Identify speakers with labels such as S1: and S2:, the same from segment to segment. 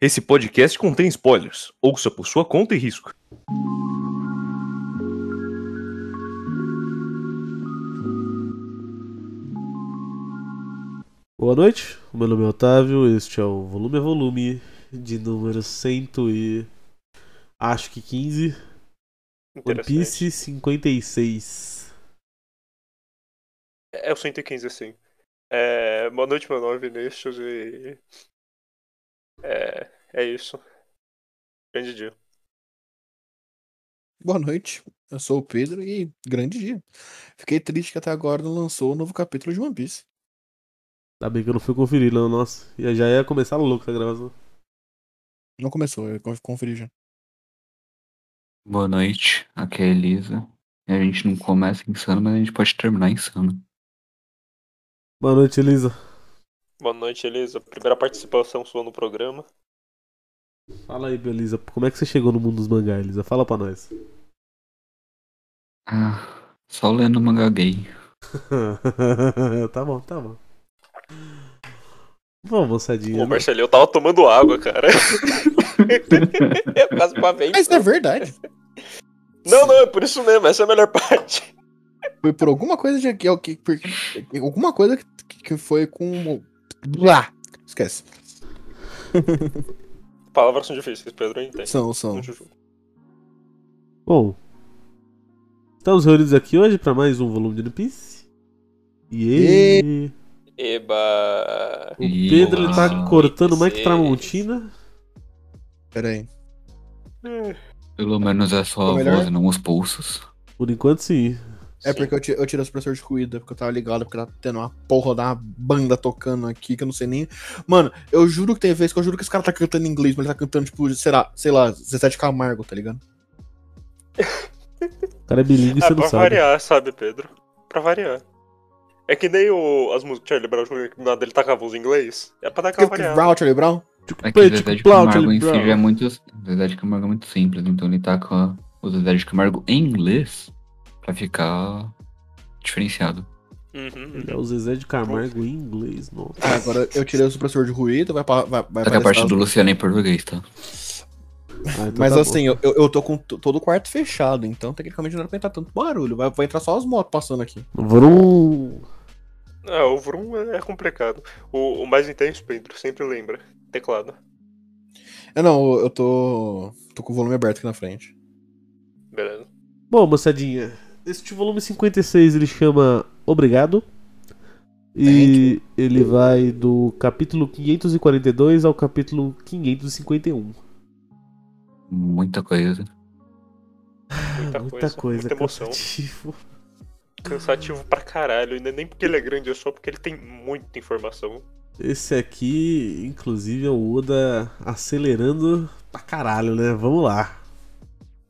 S1: Esse podcast contém spoilers. Ouça por sua conta e risco.
S2: Boa noite, meu nome é Otávio, este é o Volume a Volume, de número 100 e... acho que 15, One
S3: Interessante.
S2: Piece 56.
S3: É o 115, assim. É, boa noite, meu nome é Vinícius e. É, é isso. Grande dia.
S4: Boa noite, eu sou o Pedro e grande dia. Fiquei triste que até agora não lançou o novo capítulo de One Piece.
S2: Tá bem que eu não fui conferir, não, nossa, ia- já ia começar louco essa gravação.
S4: Não começou, eu con- conferi já.
S5: Boa noite, aqui é a Elisa. E a gente não começa insano, mas a gente pode terminar insano.
S2: Boa noite, Elisa.
S3: Boa noite, Elisa. Primeira participação sua no programa.
S2: Fala aí, Elisa, como é que você chegou no mundo dos mangá, Elisa? Fala pra nós.
S5: Ah, só lendo mangá gay.
S2: tá bom, tá bom. Bom, moçadinha.
S3: Ô, Marcelinho, eu tava tomando água, cara. eu quase pavei.
S4: Mas é verdade.
S3: Não, não, é por isso mesmo. Essa é a melhor parte.
S4: Foi por alguma coisa de que, que, por- alguma coisa que, que foi com lá. Esquece.
S3: Palavras são difíceis, Pedro, eu entendo.
S4: São, são.
S3: Não te julgo.
S2: Bom, estamos reunidos aqui hoje pra mais um volume de One Piece. E
S3: Eba.
S2: o Pedro ele tá
S5: Nossa.
S2: cortando o Mike
S3: Sim.
S2: Tramontina.
S4: Pera aí.
S5: Pelo menos é só a
S4: Ou melhor-
S5: voz e não os pulsos.
S2: Por enquanto sim.
S4: É porque eu, ti- eu tirei o supressor de ruído, é porque eu tava ligado, porque tá tendo uma porra da banda tocando aqui, que eu não sei nem. Mano, eu juro que tem vez que eu juro que esse cara tá cantando em inglês, mas ele tá cantando, tipo, será, sei lá, Zezé de Camargo, tá ligado?
S2: O cara é bilíngue e
S3: Ah,
S2: você não
S3: pra
S2: sabe.
S3: variar, sabe, Pedro? Pra variar. É que nem o, as músicas do Charlie Brown, que do nada ele tacava voz em inglês. É pra dar aquela
S4: Porque o
S3: variada.
S4: Brown, Charlie Brown?
S3: Tipo,
S2: Tchuc,
S5: É que
S2: pê,
S5: o Zezé
S2: tchuc,
S5: de
S2: plau,
S5: Camargo
S2: tchulim,
S5: em si
S2: plau.
S5: já é muito. o Zezé de Camargo é muito simples, então ele tá com a- o Zezé de Camargo em inglês pra ficar diferenciado.
S3: Uhum, uhum.
S2: Ele é o Zezé de Camargo em inglês, nossa.
S4: Ah, agora eu tirei o supressor de ruído, vai pra. Vai, vai
S5: Só que a
S4: aparecer
S5: parte
S4: as-
S5: do Luciano é em português, tá?
S2: Ah, então
S4: Mas
S2: tá
S4: assim, eu, eu eu tô com t- todo o quarto fechado, então tecnicamente não era pra entrar tanto barulho. Vai, vai entrar só as motos passando aqui.
S2: bom. Vrum.
S3: Ah, o Vroom é é complicado. O, o mais intenso, Pedro, sempre lembra. Teclado.
S4: Eu É, não, eu tô. tô com o volume aberto aqui na frente.
S3: Beleza.
S2: Bom, moçadinha, este volume 56 ele chama Obrigado. E ele vai do capítulo 542 ao capítulo 551.
S5: Muita coisa.
S3: Muita,
S2: Ah, Muita
S3: coisa.
S2: coisa,
S3: Muita emoção.
S2: cansativo.
S3: Cansativo pra caralho. Ainda nem porque ele é grande, é só porque ele tem muita informação.
S2: Esse aqui, inclusive, é o Oda acelerando pra caralho, né? Vamos lá.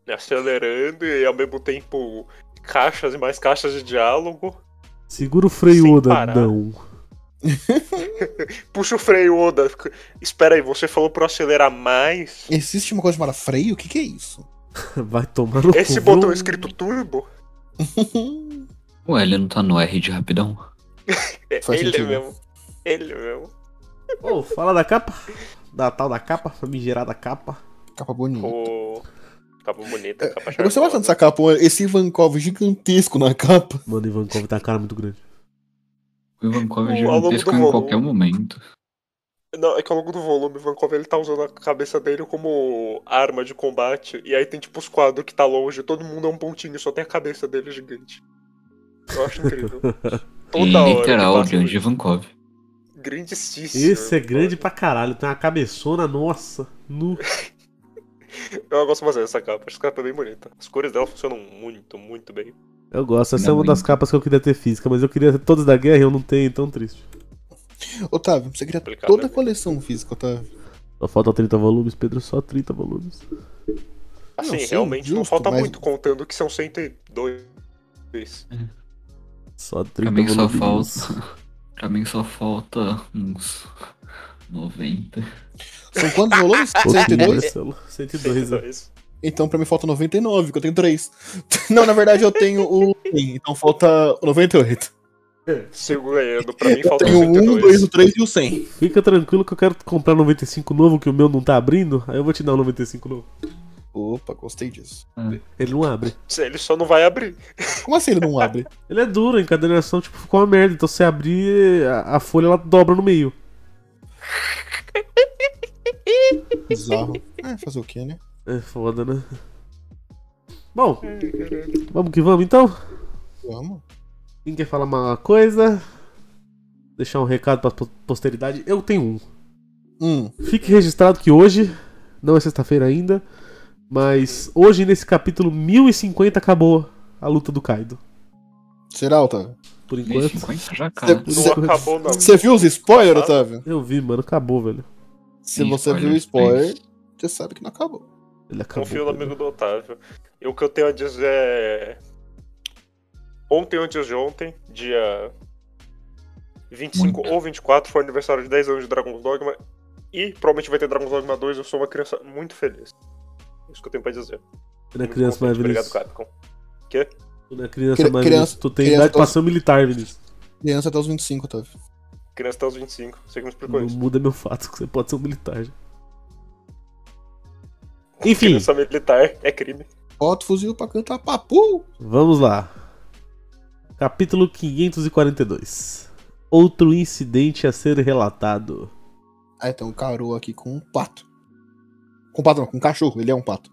S3: É Acelerando e ao mesmo tempo caixas e mais caixas de diálogo.
S2: Segura o freio,
S3: Sem
S2: Oda.
S3: parar.
S2: Não.
S3: Puxa o freio, Oda. Fica- Espera aí, você falou pra eu acelerar mais?
S4: Existe uma coisa chamada freio? O que, que é isso?
S2: Vai tomar no
S3: Esse
S2: cu,
S3: botão
S2: vrum.
S3: escrito turbo?
S5: Ué, ele não tá no R de rapidão?
S3: É
S4: Faz
S3: ele
S4: sentido.
S3: mesmo. Ele mesmo.
S2: Ô, fala da capa. Da tal da capa, famigerada capa.
S4: Capa bonita.
S3: O... Capa
S4: É,
S3: bonita, capa
S4: Eu gostei bastante
S3: charmosa.
S4: dessa capa, olha, esse Ivankov gigantesco na capa.
S2: Mano, Ivankov tá com a cara muito grande.
S5: O Ivankov é
S3: O- ao longo do
S5: gigantesco em
S3: volume.
S5: qualquer momento.
S3: Não, é que ao longo do volume, o Vankov ele tá usando a cabeça dele como arma de combate, e aí tem tipo os quadros que tá longe, todo mundo é um pontinho, só tem a cabeça dele gigante. Eu acho incrível. Toda hora.
S5: Literal,
S3: que passa
S5: grande
S3: isso.
S5: Ivankov.
S3: Grandissíssimo.
S2: Esse é grande pra caralho, tem uma cabeçona, nossa. Nu.
S3: Eu gosto bastante dessa capa, essa capa é bem bonita. As cores dela funcionam muito, muito bem.
S2: Eu gosto, essa é
S5: Não,
S2: uma das
S5: então.
S2: capas que eu queria ter física, mas eu queria ter todas da guerra e eu não tenho, então triste.
S4: Otávio, você queria
S3: Complicado,
S4: toda a
S3: né?
S4: coleção física, Otávio.
S2: Só faltam 30 volumes, Pedro, só 30 volumes.
S3: Assim,
S4: Não, sim,
S3: realmente não
S4: justo,
S3: falta
S4: mas-
S3: muito, contando que são 102.
S2: Só 30
S5: Pra mim só
S2: volumes.
S5: falta. Pra mim só falta uns 90.
S4: São quantos volumes?
S3: Ah,
S2: Pouquinho,
S4: 102?
S2: Marcelo. 102, né?
S3: 102.
S4: Então pra mim falta 99, que eu tenho 3. Não, na verdade eu tenho o 100, então falta o 98.
S3: Sigo ganhando. Pra mim
S4: Eu
S3: faltam
S4: tenho um, o 1, 2,
S3: 82.
S4: o 3 e o 100.
S2: Fica tranquilo que eu quero comprar 95 novo, que o meu não tá abrindo. Aí eu vou te dar um 95 novo.
S4: Opa, gostei disso.
S2: Ele não abre.
S3: Ele só não vai abrir.
S4: Como assim ele não abre?
S2: Ele é duro, a encadernação tipo, ficou uma merda. Então se abrir, a, a folha ela dobra no meio.
S4: Bizarro. É, fazer o quê, né?
S2: É foda, né? Bom, vamos que vamos então.
S4: Vamos.
S2: Quem quer falar uma coisa? Deixar um recado pra po- posteridade? Eu tenho um.
S4: Hum,
S2: Fique registrado que hoje, não é sexta-feira ainda, mas hoje nesse capítulo 1050 acabou a luta do Kaido.
S4: será, Otávio?
S2: Por enquanto.
S5: 50 já, cara.
S4: Você-
S3: Não
S4: você-
S3: acabou, não.
S4: Você viu os spoilers, Otávio?
S2: Eu vi, mano, acabou, velho.
S4: Se
S5: Sim,
S4: você viu o
S5: spoilers,
S4: spoiler, você sabe que não acabou.
S2: Ele acabou.
S3: Confio no
S2: velho.
S3: amigo do Otávio. E o que eu tenho a dizer é. Ontem, antes de ontem, dia 25
S5: Muito.
S3: ou 24, foi o aniversário de 10 anos de Dragon's Dogma. E provavelmente vai ter Dragon's Dogma 2. Eu sou uma criança muito feliz. Isso que eu tenho pra dizer.
S2: Ele é
S3: Muito
S2: criança mais
S3: contente.
S2: Vinícius.
S3: Obrigado, Capcom.
S2: Tu não é criança
S4: Cri-
S2: mais
S4: criança-
S2: Vinícius. Tu tem
S4: criança
S2: idade pra
S4: todos-
S2: ser um militar, Vinícius.
S4: Criança até os 25, Otávio.
S3: Criança até os 25. Você que me explicou
S2: Não
S3: isso.
S2: muda meu fato que você pode ser um militar. já. Enfim,
S3: Criança militar é crime.
S4: Bota o fuzil pra cantar papu.
S2: vamos lá. Capítulo 542. Outro incidente a ser relatado.
S4: Aí tem um caro aqui com um pato. Com um pato não, com um cachorro. Ele é um pato.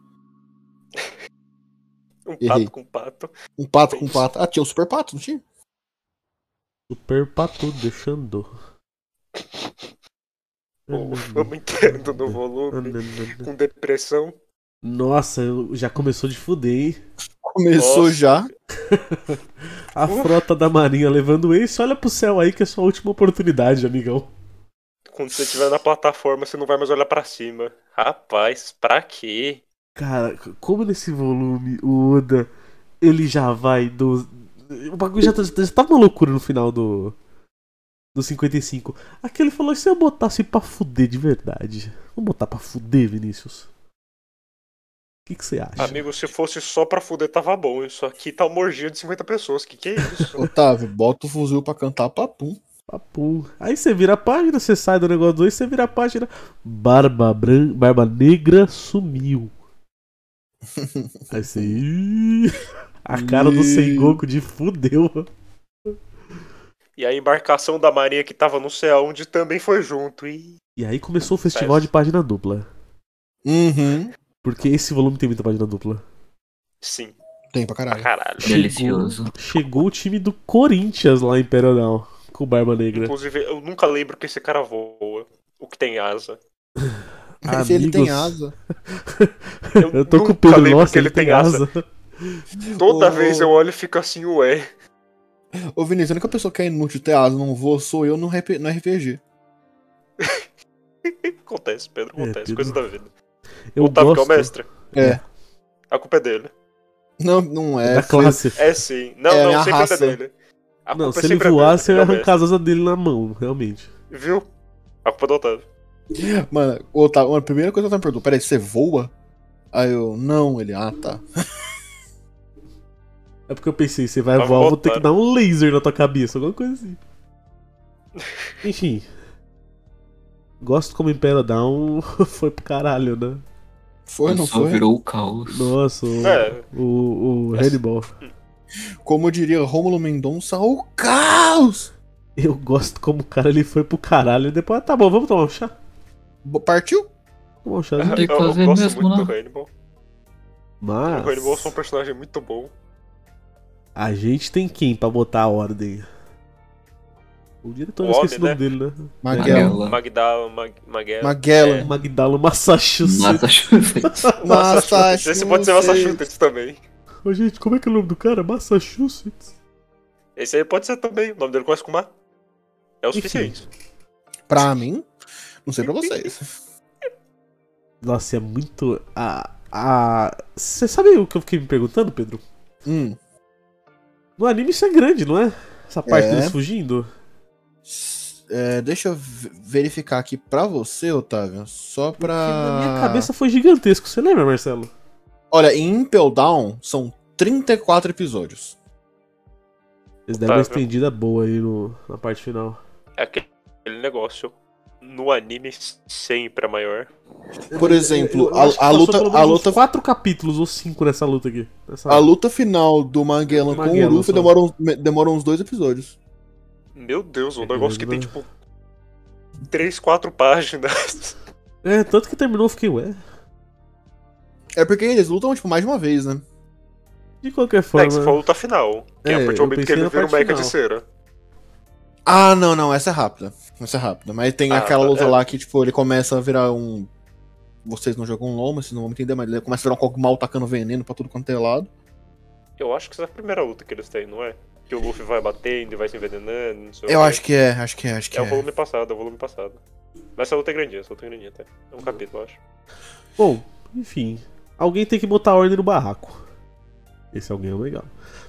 S3: Um
S4: Errei.
S3: pato com pato.
S4: Um pato com um pato. Ah, tinha o super pato, não tinha?
S2: Super Pato de Xandô.
S3: O fama inteiro no volume. Com depressão.
S2: Nossa, eu- já começou de fuder, hein?
S4: Começou
S3: Nossa.
S4: já.
S2: A frota da marinha levando o Ace, olha pro céu aí que é sua última oportunidade, amigão.
S3: Quando você estiver na plataforma, você não vai mais olhar pra cima. Rapaz, pra quê?
S2: Cara, c- como nesse volume o Oda, ele já vai do... O bagulho já, tá- já tava uma loucura no final do... Do 55. Aqui ele falou, e se eu botasse pra fuder de verdade? Vamos botar pra fuder, Vinícius? O que que você acha?
S3: Amigo, se fosse só pra fuder, tava bom. Isso aqui tá uma orgia de 50 pessoas. Que que é isso?
S4: Otávio, bota o fuzil pra cantar papu.
S2: Papo. Aí você vira a página, você sai do negócio 2, você vira a página. Barba branca, barba negra sumiu. Aí você. "Ih". A cara do
S4: Ih.
S2: Sengoku de fudeu.
S3: e a embarcação da Maria que tava não sei aonde também foi junto. E
S2: E aí começou o festival de página dupla.
S4: Uhum.
S2: Porque esse volume tem muita página dupla.
S3: sim,
S4: Tem pra
S3: pra
S4: caralho.
S3: caralho.
S5: é Delicioso.
S2: Chegou o time do Corinthians lá em Peronal. Com Barba Negra.
S3: Inclusive, eu nunca lembro que esse cara voa. O que tem asa.
S4: Mas se ele tem
S2: Amigos.
S4: asa.
S3: Eu,
S2: Eu tô
S3: nunca
S2: com o Pedro,
S3: lembro
S2: nossa,
S3: que ele tem asa. Toda vez eu olho e fico assim, ué.
S4: Ô, Vinícius, a única pessoa que é inútil ter asa, não vou, sou eu no, RP, no RPG.
S3: Acontece, Pedro,
S2: É,
S3: acontece.
S2: Pedro.
S3: Coisa da vida.
S2: Eu
S3: Otávio que é o
S2: gosto
S3: mestre.
S4: É.
S3: A culpa é dele.
S4: Não, não é.
S2: da
S4: foi-
S2: classe.
S3: É sim. Não,
S4: É a minha
S3: não, sempre
S4: raça.
S3: é dele. A
S2: Não,
S3: culpa
S2: se ele
S3: sempre é dele,
S2: voasse, eu
S3: ele
S2: ia
S3: é o mestre.
S2: arrancar as asas dele na mão, realmente.
S3: Viu? A culpa é do Otávio.
S4: Mano, ô, tá, mano, a primeira coisa que eu me perguntou, peraí, você voa? Aí eu, não, ele, ah, tá.
S2: É porque eu pensei, você vai
S3: Vai
S2: voar, eu vou ter
S3: voltar.
S2: que dar um laser na tua cabeça, alguma coisa assim. Enfim. Gosto como Impera Down foi pro caralho, né?
S4: Foi, não
S5: só
S4: foi?
S5: virou o caos.
S2: Nossa, o,
S3: É.
S2: o, o Hannibal.
S4: Como eu diria Rômulo Mendonça, o caos!
S2: Eu gosto como o cara ele foi pro caralho e depois, ah, tá bom, vamos tomar um chá.
S4: Bo- Partiu?
S2: Vamos tomar um chá.
S5: tem que fazer
S3: gosto
S5: mesmo,
S3: muito
S5: né?
S3: do Hannibal.
S2: Mas.
S3: O Hannibal é um personagem muito bom.
S2: A gente tem quem pra botar a ordem? O diretor,
S3: O
S2: eu esqueci
S3: homem,
S2: o nome dele, né?
S4: Maguela.
S3: Magdala, Mag Maguela.
S4: Maguela.
S2: É. Magdalo Massachusetts.
S5: Massachusetts.
S4: Massachusetts.
S3: Esse pode ser Massachusetts também.
S2: Ô, gente, como é que é o nome do cara? Massachusetts.
S3: Esse aí pode ser também. O nome dele começa com Ma. É o
S2: Enfim.
S3: suficiente.
S4: Pra mim, não sei pra vocês.
S2: Nossa, é muito. A. A. Você sabe o que eu fiquei me perguntando, Pedro?
S4: Hum,
S2: No anime isso é grande, não é? Essa parte
S4: É.
S2: deles fugindo?
S4: s- é, deixa eu ve- verificar aqui pra você, Otávio. Só pra.
S2: Que na minha cabeça foi gigantesco, você lembra, Marcelo?
S4: Olha, em Impel Down são 34 episódios.
S2: Eles deram uma
S3: Tá, viu?
S2: estendida boa aí no, na parte final.
S3: É aquele aquele negócio. No anime sempre é maior.
S4: Por exemplo,
S2: Eu
S4: a-
S2: acho que
S4: a
S2: passou
S4: luta-
S2: pelo menos
S4: a
S2: uns
S4: luta-
S2: quatro capítulos ou cinco nessa luta aqui. Nessa...
S4: A luta final do Magellan com
S2: Magellan,
S4: o Luffy
S2: só.
S4: demora uns, me- demora uns dois episódios.
S3: Meu Deus, um
S2: Beleza,
S3: negócio que tem
S2: né?
S3: tipo. 3, 4 páginas.
S2: É, tanto que terminou, eu fiquei, ué.
S4: É porque eles lutam, tipo, mais de uma vez, né?
S2: De qualquer
S3: É que você
S2: forma. né?"
S3: falou luta final. Que é,
S2: É,
S3: a partir do
S2: eu
S3: momento que
S2: pensei
S3: ele
S2: na
S3: vira o
S2: parte
S3: mecha de
S2: final.
S3: cera.
S4: Ah, não, não, essa é rápida. Essa é rápida. Mas tem
S3: Ah,
S4: aquela luta
S3: é.
S4: lá que, tipo, ele começa a virar um. Vocês não jogam Loma, vocês não vão entender, mas ele começa a virar um Cogmal tacando veneno pra tudo quanto é lado.
S3: Eu acho que essa é a primeira luta que eles têm, não é? Que o Luffy vai batendo e vai se envenenando, não sei o
S4: Eu
S3: quê.
S4: acho que é, acho que é, acho que
S3: É
S4: é.
S3: o volume passado, é o volume passado. Mas essa luta é grandinha, essa luta é grandinha até. É um capítulo, eu acho.
S2: Bom, enfim. Alguém tem que botar ordem no barraco. Esse alguém é o legal.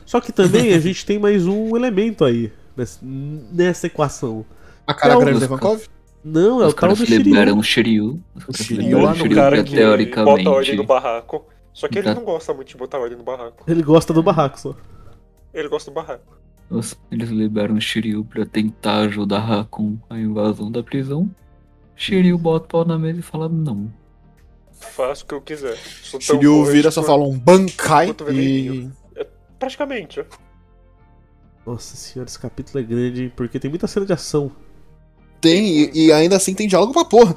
S2: Só que também a gente tem mais um elemento aí nessa, nessa equação.
S4: A cara
S2: Não,
S4: grande
S5: os
S4: de Vankov?
S2: Não, é
S5: Os
S2: o tal
S5: caras
S2: do Shiryu.
S5: liberam o Shiryu. Os
S4: O
S5: caras
S4: Shiryu
S5: liberam
S4: lá
S5: o
S4: no
S5: Shiryu
S4: cara
S5: pra,
S3: que bota ordem no
S5: teoricamente.
S3: barraco. Só que ele
S5: Tá.
S3: não gosta muito de botar ordem no barraco.
S2: Ele gosta do barraco só.
S3: Ele gosta do barraco.
S5: Os- Eles liberam o Shiryu pra tentar ajudar com a invasão da prisão. Shiryu bota o pau na mesa e fala não.
S3: Faço o que eu quiser. Sou tão
S4: Shiryu
S3: forte
S4: vira, só
S3: quanto-
S4: fala um Bankai
S3: quanto
S4: e.
S3: veneninho. Praticamente.
S2: Nossa senhora, esse capítulo é grande porque tem muita cena de ação.
S4: Tem, e, e ainda assim tem diálogo pra porra.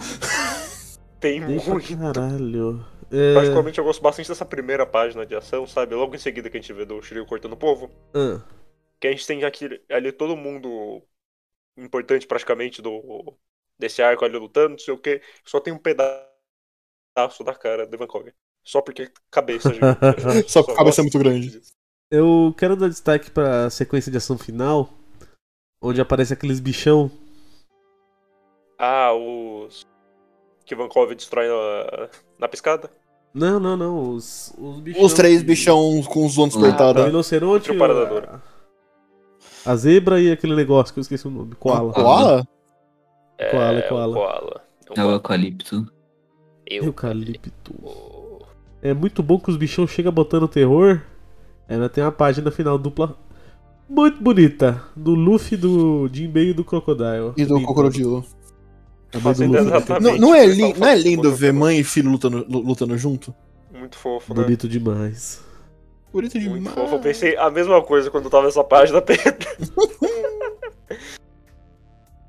S3: Tem
S2: Tem pra
S3: muito.
S2: caralho. É,
S3: Particularmente eu gosto bastante dessa primeira página de ação, sabe? Logo em seguida que a gente vê do Shiryu cortando o povo.
S2: ah,
S3: Que a gente tem aqui, ali todo mundo importante praticamente do desse arco ali lutando, não sei o que. Só tem um pedaço da cara do Vancouver. Só porque cabeça gigante.
S4: Só porque a cabeça
S3: gosto
S4: é muito grande.
S3: disso.
S2: eu quero dar destaque pra sequência de ação final, onde aparece aqueles bichão.
S3: Ah, os. Que Vancouver destrói na, na piscada?
S2: Não, não, não. Os, os bichão. é
S4: Os três bichão com os donos
S5: Ah,
S2: O
S4: despertados.
S2: rinoceronte.
S3: Entre o paradador.
S2: a- A zebra e aquele negócio que eu esqueci o nome. Koala.
S4: Koala?
S2: Koala,
S3: é,
S2: koala.
S3: O koala. É um
S5: É o
S3: koala.
S5: Eucalipto.
S3: Eu.
S2: Eucalipto. É muito bom que os bichão chegam botando terror. Ainda tem uma página final dupla muito bonita. Do Luffy, do Jinbei e do Crocodile.
S4: E do
S2: Lindo.
S4: Cocodrilo.
S2: Também do
S3: Fazendo
S2: Luffy.
S3: exatamente
S4: Não, não é,
S3: eles
S4: li-
S3: tavam
S4: não é
S3: falando
S4: lindo
S3: muito
S4: ver
S3: bom.
S4: mãe e filho lutando, lu- lutando junto?
S3: Muito fofo, né?
S2: Bonito demais.
S4: Bonito
S3: Muito
S4: demais.
S3: fofo. Eu pensei a mesma coisa quando eu tava nessa página, Pedro.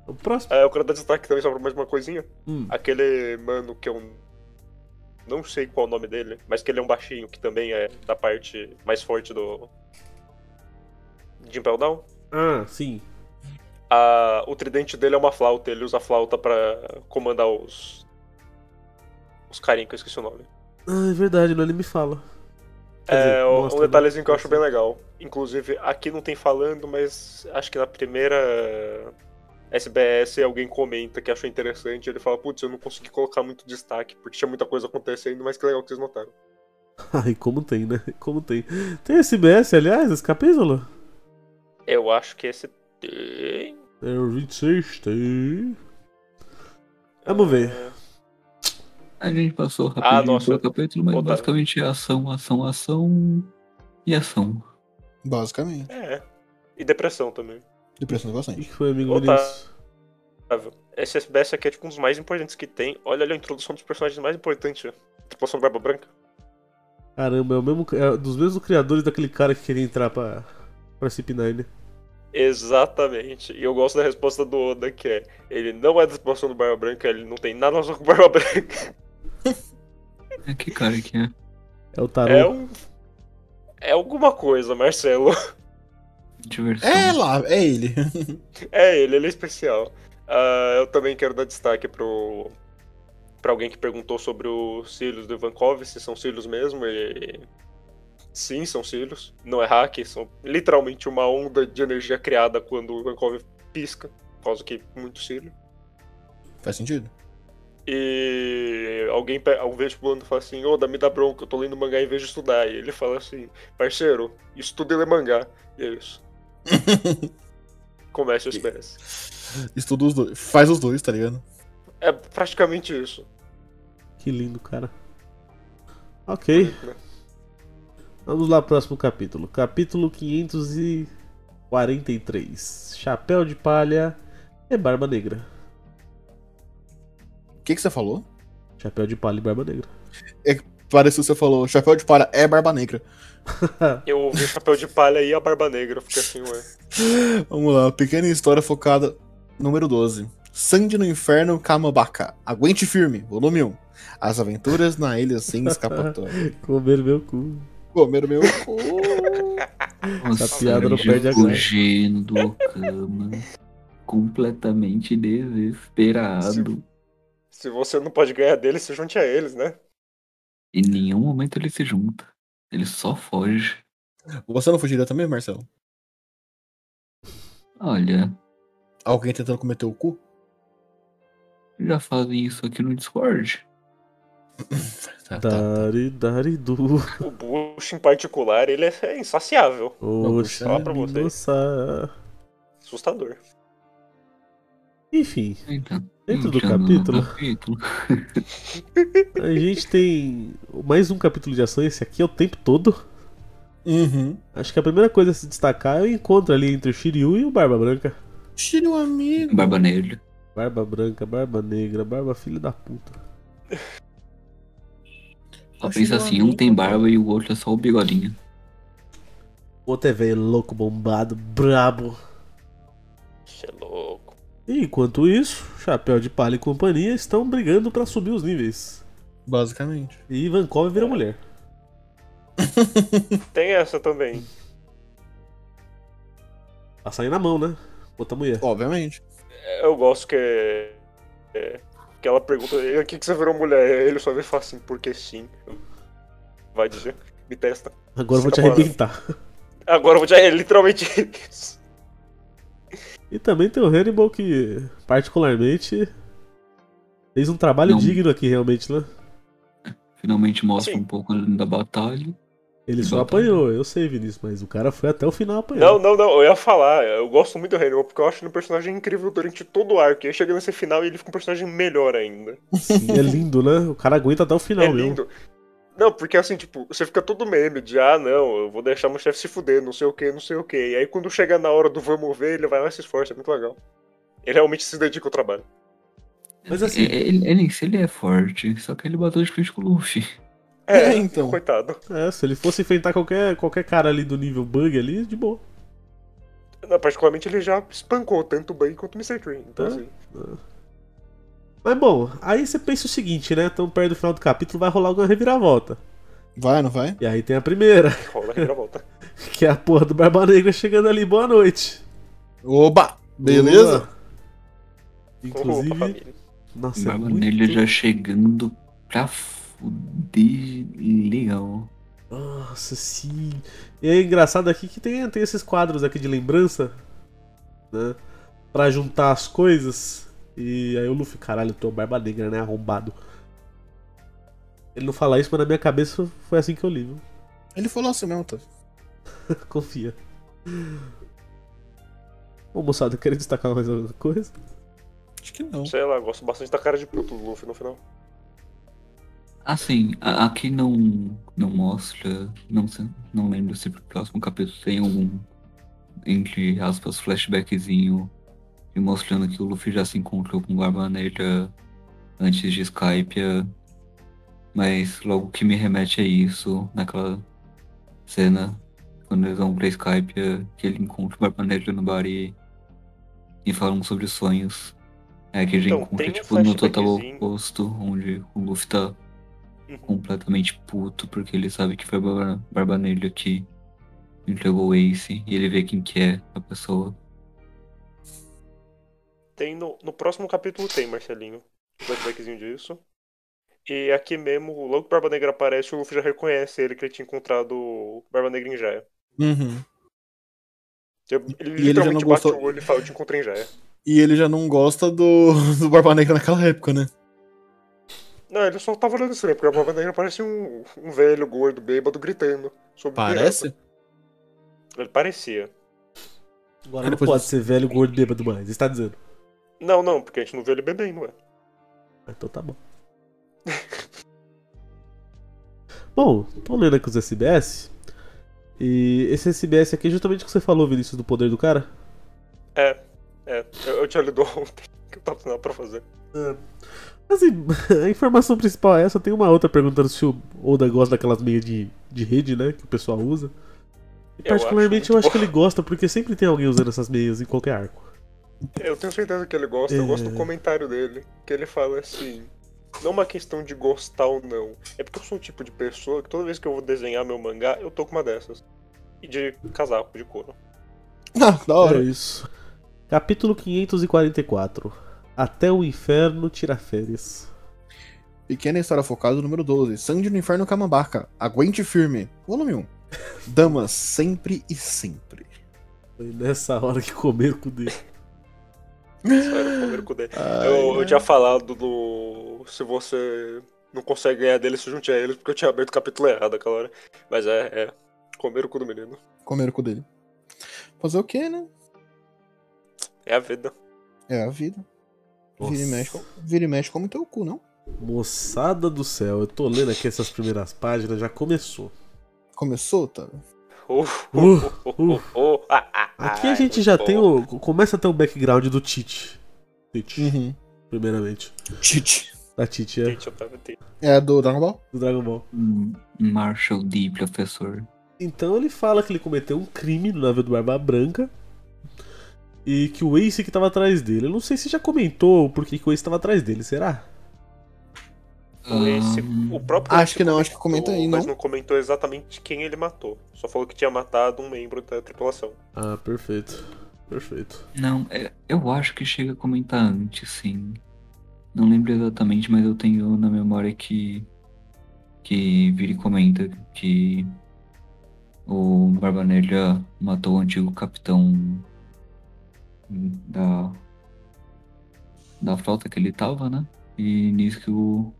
S2: O próximo.
S3: Ah, eu quero dar destaque também só pra mais uma coisinha.
S2: Hum,
S3: aquele mano que eu não sei qual o nome dele, mas que ele é um baixinho que também é da parte mais forte do de Impel Down.
S2: Ah, sim.
S3: A- o tridente dele é uma flauta, ele usa a flauta pra comandar os os carinhos que eu esqueci o nome.
S2: Ah, é verdade, no anime fala. Quer dizer,
S3: É o- um
S2: mostra, né?
S3: detalhezinho que eu acho bem legal. Inclusive, aqui não tem falando, mas acho que na primeira eh, SBS alguém comenta que achou interessante. Ele fala: Putz, eu não consegui colocar muito destaque porque tinha muita coisa acontecendo, mas que legal que vocês notaram.
S2: Ai, como tem, né? Como tem. Tem esse BS, aliás, esse capítulo?
S3: Eu acho que esse tem.
S2: É o 26, tem. Vamos ver.
S5: A gente passou
S3: Ah,
S5: rapidinho
S3: nossa.
S5: pelo capítulo, mas
S3: Otário.
S5: basicamente é ação, ação, ação e ação.
S4: Basicamente.
S3: É. E depressão também.
S4: Depressão
S2: O que
S4: bastante.
S2: que foi, amigo
S3: Otário.
S2: Vinícius?
S3: Esse SBS aqui é tipo um dos mais importantes que tem. Olha ali a introdução dos personagens mais importantes. ó. Tripulação Barba Branca.
S2: Caramba, é o mesmo. É dos mesmos criadores daquele cara que queria entrar pra, pra CP9.
S3: Exatamente. E eu gosto da resposta do Oda, que é ele não é da tripulação do Barba Branca, ele não tem nada a ver com Barba Branca.
S5: É que cara que é.
S2: É o Tarô.
S3: É um. É alguma coisa, Marcelo. Tá
S5: Diversão.
S4: É lá, é ele.
S3: É ele, ele é especial. Ah, eu também quero dar destaque pro. pra alguém que perguntou sobre os cílios do Ivankov, se são cílios mesmo, e. Sim, são cílios. Não é hack, são literalmente uma onda de energia criada quando o Ivankov pisca, por causa que é muito cílio.
S4: Faz sentido.
S3: E alguém pe- um vez pulando fala assim, ô, me dá bronca, eu tô lendo mangá em vez de estudar. E ele fala assim, parceiro, estuda e lê mangá. E é isso. Comece os PS.
S4: Estuda os dois. Faz os dois, tá ligado?
S3: É praticamente isso.
S2: Que lindo, cara. Ok,
S3: né?
S2: vamos lá pro próximo capítulo. Capítulo 540. 43. Chapéu de palha e barba negra.
S4: O que, que você falou?
S2: Chapéu de palha e barba negra.
S4: Parece que você falou, chapéu de palha é barba negra.
S3: Eu ouvi o chapéu de palha e a barba negra, eu fiquei assim, ué.
S4: Vamos lá, pequena história focada. Número 12. Sangue no Inferno, Kamabaka. Aguente firme, volume 1. As aventuras na ilha sem escapatória.
S2: Comer meu cu.
S4: Comer meu cu.
S5: Nossa,
S2: piada não
S5: eu
S2: perde a graça.
S5: fugindo da cama. Completamente desesperado.
S3: Se você não pode ganhar deles, se junte a eles, né?
S5: Em nenhum momento ele se junta. Ele só foge.
S4: Você não fugiria também, Marcelo?
S5: Olha,
S4: Alguém tentando comer teu cu?
S5: já fazem isso aqui no Discord.
S4: Tá, tá.
S2: Dari, dari, du.
S3: O Bush, em particular, ele é- é insaciável.
S2: Oxa,
S3: falar pra vocês.
S2: nossa.
S3: Assustador.
S2: Enfim,
S5: Então,
S2: Dentro do
S5: entrando no
S2: capítulo.
S5: capítulo.
S2: a gente tem mais um capítulo de ação. Esse aqui é o tempo todo.
S4: Uhum.
S2: Acho que a primeira coisa a se destacar é o encontro ali entre o Shiryu e o Barba Branca.
S4: Tire um amigo.
S5: Barba Negra.
S2: Barba Branca, Barba Negra, Barba Filho da Puta.
S5: Só
S4: Acho
S5: pensa
S4: que é um
S5: assim, um
S4: amigo,
S5: tem barba e o outro é só o bigodinho.
S2: O outro é velho, louco, bombado, brabo.
S3: Você é louco.
S2: E enquanto isso, Chapéu de Palha e companhia estão brigando pra subir os níveis.
S4: Basicamente.
S2: E Ivankov
S3: É.
S2: vira mulher.
S3: Tem essa também.
S2: Tá saindo na mão, né? Outra mulher.
S4: Obviamente.
S3: Eu gosto que é. é, que ela pergunta, "E o que, que você virou mulher? Ele só vem e fala assim, porque sim. Vai dizer, me testa.
S2: Agora eu vou te
S3: Agora.
S2: arrebentar.
S3: Agora eu vou te. É literalmente isso.
S2: E também tem o Hannibal que, particularmente, fez um trabalho
S5: Não.
S2: digno aqui, realmente, né?
S5: Finalmente mostra
S3: Assim.
S5: um pouco da batalha.
S2: Ele só
S5: Exatamente.
S2: apanhou, eu sei, Vinícius, mas o cara foi até o final
S3: Não,
S4: É.
S2: apanhando.
S3: não, não, eu ia falar. Eu gosto muito do Hannibal, porque eu acho ele um personagem incrível durante todo o arco. E aí chega nesse final e ele fica um personagem melhor ainda.
S2: Sim, é lindo, né? O cara aguenta até o final,
S3: é
S2: mesmo.
S3: lindo. Não, porque assim, tipo, você fica todo meme de ah, não, eu vou deixar meu chefe se fuder, não sei o que, não sei o que. E aí quando chega na hora do vamos ver, ele vai lá e se esforça, é muito legal. Ele realmente se dedica ao trabalho.
S2: Mas assim-
S5: É- Ele, ele, em si, ele é forte, só que ele bateu de frente com o Luffy.
S4: É, então.
S3: Coitado.
S2: É, se ele fosse enfrentar qualquer, qualquer cara ali do nível bug ali, de boa.
S3: Não, particularmente ele já espancou tanto o Bug quanto o Mr. Green. Então,
S2: Hã?
S3: assim,
S2: Mas bom, aí você pensa o seguinte, né? Tão perto do final do capítulo, vai rolar alguma reviravolta.
S4: Vai, não vai?
S2: E aí tem a primeira,
S3: rola a reviravolta.
S2: que é a porra do Barba Negra chegando ali, boa noite.
S4: Oba!
S2: Boa.
S4: Beleza?
S3: Opa,
S2: Inclusive,
S3: família.
S4: então.
S2: nossa, é
S5: barba
S2: muito...
S5: Negra já chegando pra fuder legal.
S2: Nossa, sim. E é engraçado aqui que tem, tem esses quadros aqui de lembrança, né? Pra juntar as coisas. E aí o Luffy, caralho, tu é o Barba Negra, né? Arrombado. Ele não fala isso, mas na minha cabeça foi assim que eu li, viu?
S4: Ele falou assim mesmo, tá?
S2: Confia. Ô moçada, queria destacar mais alguma coisa?
S4: Acho que não.
S3: Sei lá, eu gosto bastante da cara de puto do Luffy no final.
S5: Assim, a- aqui não, não mostra, não, se- não lembro se pro próximo capítulo tem algum, entre aspas, flashbackzinho e mostrando que o Luffy já se encontrou com o Barba Negra antes de Skype, eh, mas logo que me remete a isso, naquela cena, quando eles vão pra Skype, eh, que ele encontra o Barba Negra no bar e, e falam sobre sonhos. É que a gente
S3: Então,
S5: encontra,
S3: tem um
S5: tipo, no total
S3: flashbackzinho.
S5: oposto, onde o Luffy tá
S3: Uhum.
S5: completamente puto porque ele sabe que foi a Barba, Barba Negra que entregou o Ace e ele vê quem que é a pessoa.
S3: Tem no, no próximo capítulo tem, Marcelinho. Flashbackzinho disso. E aqui mesmo, logo que o Barba Negra aparece, o Luffy já reconhece ele que ele tinha encontrado o Barba Negra em Jaya.
S4: Uhum.
S3: Ele,
S4: ele já
S3: literalmente
S4: não
S3: bate
S4: gostou-
S3: o olho e fala, eu te encontrei em Jaya.
S4: E ele já não gosta do, do Barba Negra naquela época, né?
S3: Não, ele só tava olhando estranho, porque o Barba Negra parece um, um velho gordo, bêbado, gritando. sobre pirata.
S2: É.
S4: Parece?
S3: Ele parecia.
S2: Agora
S4: Ah,
S2: não
S4: depois
S2: pode
S4: disso.
S2: ser velho, gordo, bêbado mais. Está dizendo.
S3: Não, não, porque a gente não viu ele bebendo, ué.
S2: Ah, Então tá bom. Bom, tô lendo aqui os SBS. E esse SBS aqui é justamente o que você falou, Vinícius, do poder do cara.
S3: É, eu, eu tinha lido ontem que eu tava fazendo pra fazer.
S2: Assim, a informação principal é essa. Tem uma outra perguntando se o Oda gosta daquelas meias de, de rede, né? Que o pessoal usa. E
S3: Eu
S2: particularmente
S3: acho
S2: eu
S3: muito
S2: acho que
S3: boa.
S2: ele gosta, porque sempre tem alguém usando essas meias em qualquer arco.
S3: Eu tenho certeza que ele gosta, eu gosto
S2: É.
S3: do comentário dele, que ele fala assim. Não é uma questão de gostar ou não. É porque eu sou um tipo de pessoa que toda vez que eu vou desenhar meu mangá, eu tô com uma dessas. E de casaco de couro.
S4: Ah, da hora.
S2: É isso. Capítulo 544. Até o inferno tira férias.
S4: Pequena história focada, número 12. Sangue no Inferno Camambaca. Aguente firme. Volume 1. Damas, sempre e sempre.
S2: Foi nessa hora que comer com o dedo.
S3: Sério, primeiro Kudê.
S4: Ai,
S3: Eu, eu tinha falado do. Se você não consegue ganhar dele, se junte a eles, porque eu tinha aberto o capítulo errado aquela hora. Mas é, é. Comer o cu do menino.
S4: Comer o cu dele. Fazer o quê, né?
S3: É a vida.
S4: É a vida.
S2: Nossa.
S4: Vira e, mexe, com- vira e mexe como teu cu, não?
S2: Moçada do céu, eu tô lendo aqui essas primeiras páginas, já começou.
S4: Começou, tá? Otávio?
S3: Uh,
S2: Uh,
S3: uh, uh, uh, uh, ah, ah,
S2: Aqui a
S3: ai,
S2: gente
S3: muito
S2: já
S3: bom.
S2: tem o. Começa a ter o background do Tite. Tite,
S4: Uhum.
S2: primeiramente.
S4: Tite.
S2: Da Tite, é.
S3: Gente, eu tava tendo-
S4: É a do Dragon Ball?
S2: Do Dragon Ball.
S5: Hum, Marshall D, professor.
S2: Então ele fala que ele cometeu um crime no navio do Barba Branca. E que o Ace que tava atrás dele. Eu não sei se já comentou por que que o Ace tava atrás dele, será?
S3: Então, Esse-
S5: Ahn,
S3: o próprio
S4: Hum, Acho que
S3: Ace
S4: não, acho que comenta aí,
S3: mas
S4: não.
S3: não comentou exatamente quem ele matou. Só falou que tinha matado um membro da tripulação.
S2: Ah, perfeito. Perfeito.
S5: Não, é- eu acho que chega a comentar antes, sim. Não lembro exatamente, mas eu tenho na memória que. Que Viri comenta que o Barba Negra matou o antigo capitão da. Da frota que ele tava, né? E nisso que o.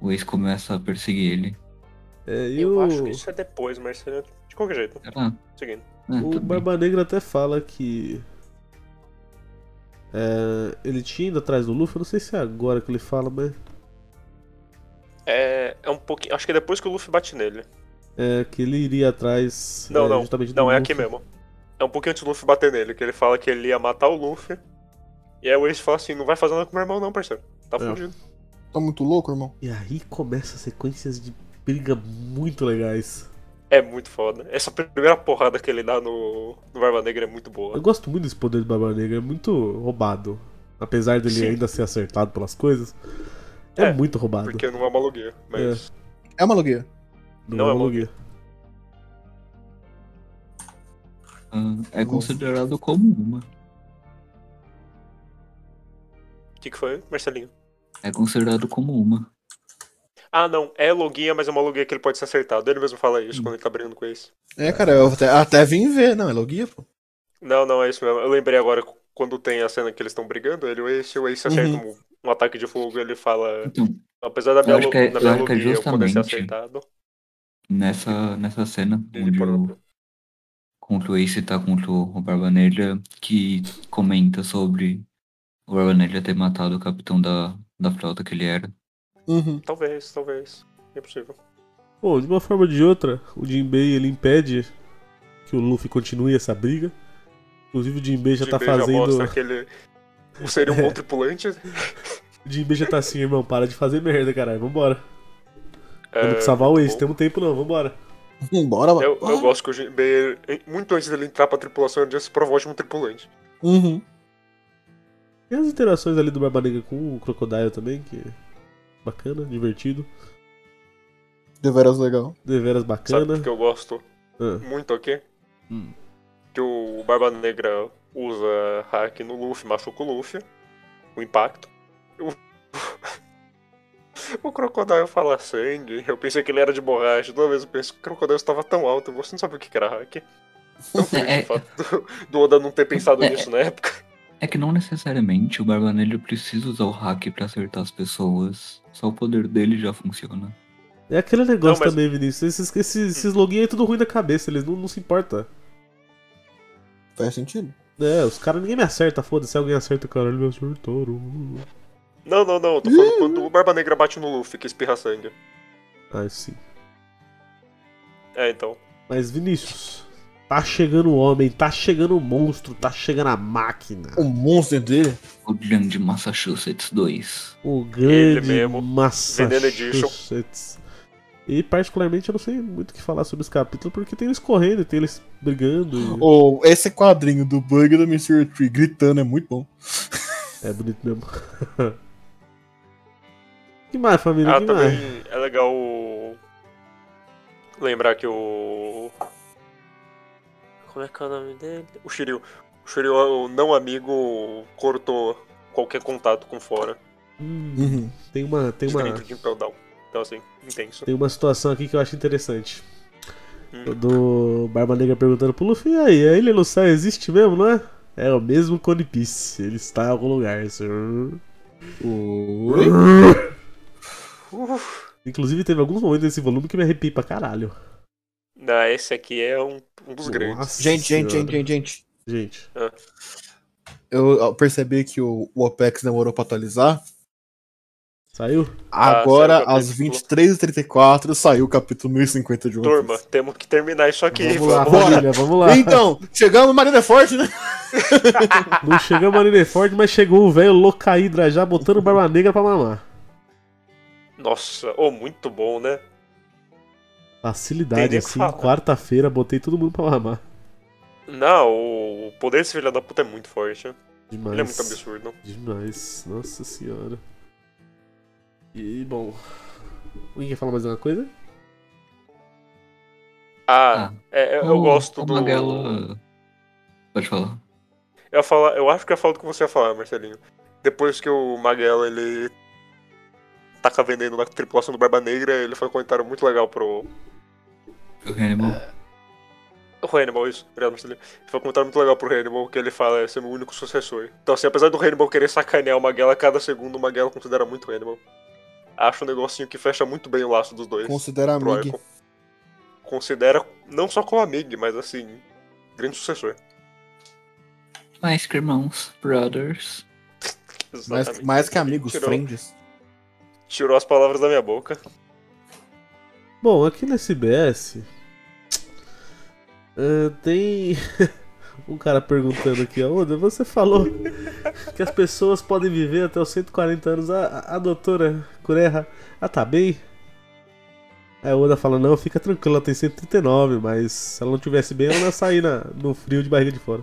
S5: O ex começa a perseguir ele.
S2: É, e
S3: Eu
S2: o...
S3: acho que isso é depois, mas seria- de qualquer jeito.
S5: Será?
S3: Seguindo.
S5: É, tudo
S2: O
S5: bem.
S2: Barba Negra até fala que. é, ele tinha ido atrás do Luffy, eu não sei se é agora que ele fala, mas.
S3: É, é um pouquinho. Acho que é depois que o Luffy bate nele.
S2: É que ele iria atrás.
S3: Não,
S2: é,
S3: não.
S2: justamente do
S3: Não, é
S2: Luffy.
S3: aqui mesmo. É um pouquinho antes do Luffy bater nele, que ele fala que ele ia matar o Luffy. E aí o Ace fala assim: não vai fazer nada com meu irmão, não, parceiro. Tá
S2: É.
S3: fugindo.
S4: Tá muito louco, irmão?
S2: E aí começa sequências de briga muito legais.
S3: É muito foda. Essa primeira porrada que ele dá no, no Barba Negra é muito boa.
S2: Eu gosto muito desse poder do Barba Negra, é muito roubado. Apesar dele
S3: Sim.
S2: ainda ser acertado pelas coisas, é,
S3: É,
S2: muito roubado.
S3: Porque não é maluguinha, mas.
S4: É uma logia.
S3: não é
S2: um
S3: bom.
S2: Logia.
S5: Ah, é
S4: Nossa.
S5: considerado como uma.
S3: O que, que foi, Marcelinho?
S5: É considerado como uma.
S3: Ah, não. É loguinha, mas é uma loguinha que ele pode ser acertado. Ele mesmo fala isso
S5: Hum.
S3: quando ele tá brigando com isso.
S4: É, cara, eu até, até vim ver. Não, é logia, pô.
S3: Não, não, é isso mesmo. Eu lembrei agora quando tem a cena que eles estão brigando, ele, o Ace, o Ace acerta um, um ataque de fogo e ele fala.
S5: Então,
S3: Apesar da
S5: Uhum.
S3: minha,
S5: Eu acho
S3: lo-
S5: que é-
S3: da
S5: eu
S3: minha
S5: acho que é
S3: logia eu poder ser
S5: justamente
S3: acertado.
S5: nessa, nessa cena
S3: Ele
S5: onde
S3: parou.
S5: o, contra o Ace tá contra o Barba Negra, que comenta sobre o Barba Negra ter matado o capitão da, da frota que ele era.
S4: Uhum.
S3: Talvez, talvez. É Impossível.
S2: Bom, de uma forma ou de outra, o Jinbei ele impede que o Luffy continue essa briga. Inclusive o Jinbei já tá
S3: Jinbei
S2: fazendo.
S3: mostra que ele seria um bom tripulante.
S2: O Jinbei já tá assim, irmão, para de fazer merda, caralho, vambora.
S3: É,
S2: Temos que salvar o
S3: muito
S2: Ace,
S3: bom.
S2: temos tempo não, vambora.
S4: Bora,
S3: Eu,
S4: bora.
S3: eu gosto que o Jinbei, ele- muito antes dele entrar pra tripulação, ele já se provou ótimo tripulante.
S4: Uhum.
S2: E as interações ali do Barba Negra com o Crocodile também, que é bacana, divertido,
S4: Deveras legal.
S2: deveras
S3: Sabe
S2: bacana.
S3: o que eu gosto
S2: Ah.
S3: muito aqui?
S2: Hum.
S3: Que o Barba Negra usa hack no Luffy, machuca o Luffy. O impacto. O, o Crocodile fala Sandy. Eu pensei que ele era de borracha. Toda vez eu penso que o Crocodile estava tão alto. Você não sabia o que que era hack. Não foi
S5: É.
S3: o fato do, do Oda não ter pensado
S5: É.
S3: nisso na época.
S5: É que não necessariamente o Barba Negra precisa usar o hack pra acertar as pessoas. Só o poder dele já funciona.
S2: É aquele negócio
S3: Não, mas-
S2: também, Vinícius. Esses, esses, esses login é tudo ruim da cabeça, eles não, não se importam.
S4: Faz sentido.
S2: É, os caras, ninguém me acerta, foda-se, alguém acerta, caralho, me acertou.
S3: Não, não, não. Eu tô falando quando o Barba Negra bate no Luffy, que espirra sangue.
S2: Ah, sim.
S3: É, então.
S2: Mas Vinícius, tá chegando o homem, tá chegando o monstro, tá chegando a máquina.
S4: O monstro dele.
S5: O grande Massachusetts 2.
S2: O grande
S3: mesmo, Veneno Edition.
S2: Massachusetts. E particularmente eu não sei muito o que falar sobre esse capítulo, porque tem eles correndo, tem eles brigando. e-
S4: Ou esse quadrinho do Bug e do Mystery Tree gritando é muito bom.
S2: É bonito mesmo. que mais, família?
S3: Ah,
S2: que mais?
S3: também é legal lembrar que o. Como é que é o nome dele? O Shiryu. O Shiryu, é o não amigo, cortou qualquer contato com fora.
S2: Hum,
S4: Uhum.
S2: tem uma, tem uma,
S3: Diferente de Impel Down. Então, assim, intenso.
S2: tem uma situação aqui que eu acho interessante.
S3: Hum.
S2: Do Barba Negra perguntando pro Luffy, e aí, a Ilha Lussar existe mesmo, não é? É o mesmo Cone Piece, ele está em algum lugar. senhor."
S4: Oi?
S2: Inclusive teve alguns momentos desse volume que me arrepiei pra caralho.
S3: Não, esse aqui é um, um dos grandes.
S2: Nossa
S4: Gente, gente,
S2: senhora.
S4: gente, gente, gente.
S2: Gente,
S4: Eu percebi que o, o OPEX demorou pra atualizar.
S2: saiu?
S4: Agora,
S3: Ah, saiu o capítulo.
S4: às 23h34, saiu o capítulo 1050 de One Piece.
S3: Turma, temos que terminar isso aqui.
S2: Vamos lá,
S4: vamos lá.
S2: família, vamos lá.
S4: Então, chegamos, Marina é forte, né?
S2: Não chegamos a Nineford, mas chegou o velho Locaídra já botando Barba Negra pra mamar.
S3: Nossa, oh, muito bom, né? Tem
S2: Facilidade,
S3: nem o que
S2: assim,
S3: falar.
S2: quarta-feira botei todo mundo pra mamar.
S3: Não, o- o poder desse filho da puta é muito forte. né?
S2: Demais.
S3: Ele é muito absurdo.
S2: Demais, nossa senhora. E bom. Alguém quer falar mais uma coisa?
S3: Ah,
S5: Ah,
S3: é, é, eu,
S5: O-
S3: gosto
S5: o
S3: do.
S5: Magela... Pode falar.
S3: Eu, ia falar, eu acho que eu ia falar do que você ia falar, Marcelinho. Depois que o Magela ele taca vendendo na tripulação do Barba Negra, ele foi um comentário muito legal pro.
S5: O Hannibal.
S3: É. O Hannibal, isso, obrigado, Marcelinho. Foi um comentário muito legal pro Hannibal, que ele fala, esse é meu único sucessor. Então, assim, apesar do Hannibal querer sacanear o Magela, cada segundo o Magela considera muito o Hannibal. Acho um negocinho que fecha muito bem o laço dos dois.
S4: Considera
S3: pro
S4: amigo.
S3: Icon. Considera não só como amigo, mas assim, grande sucessor.
S5: Mais que irmãos, brothers.
S4: Mais,
S3: Exatamente.
S4: mais que amigos,
S3: Tirou-
S4: friends.
S3: Tirou as palavras da minha boca.
S2: Bom, aqui na SBS ah, tem um cara perguntando aqui, Oda, você falou que as pessoas podem viver até os 140 anos. A, a- a doutora Cureha, ela tá bem? Aí o Oda fala, não, fica tranquilo, ela tem 139, mas se ela não tivesse bem, ela não ia sair na- no frio de barriga de fora.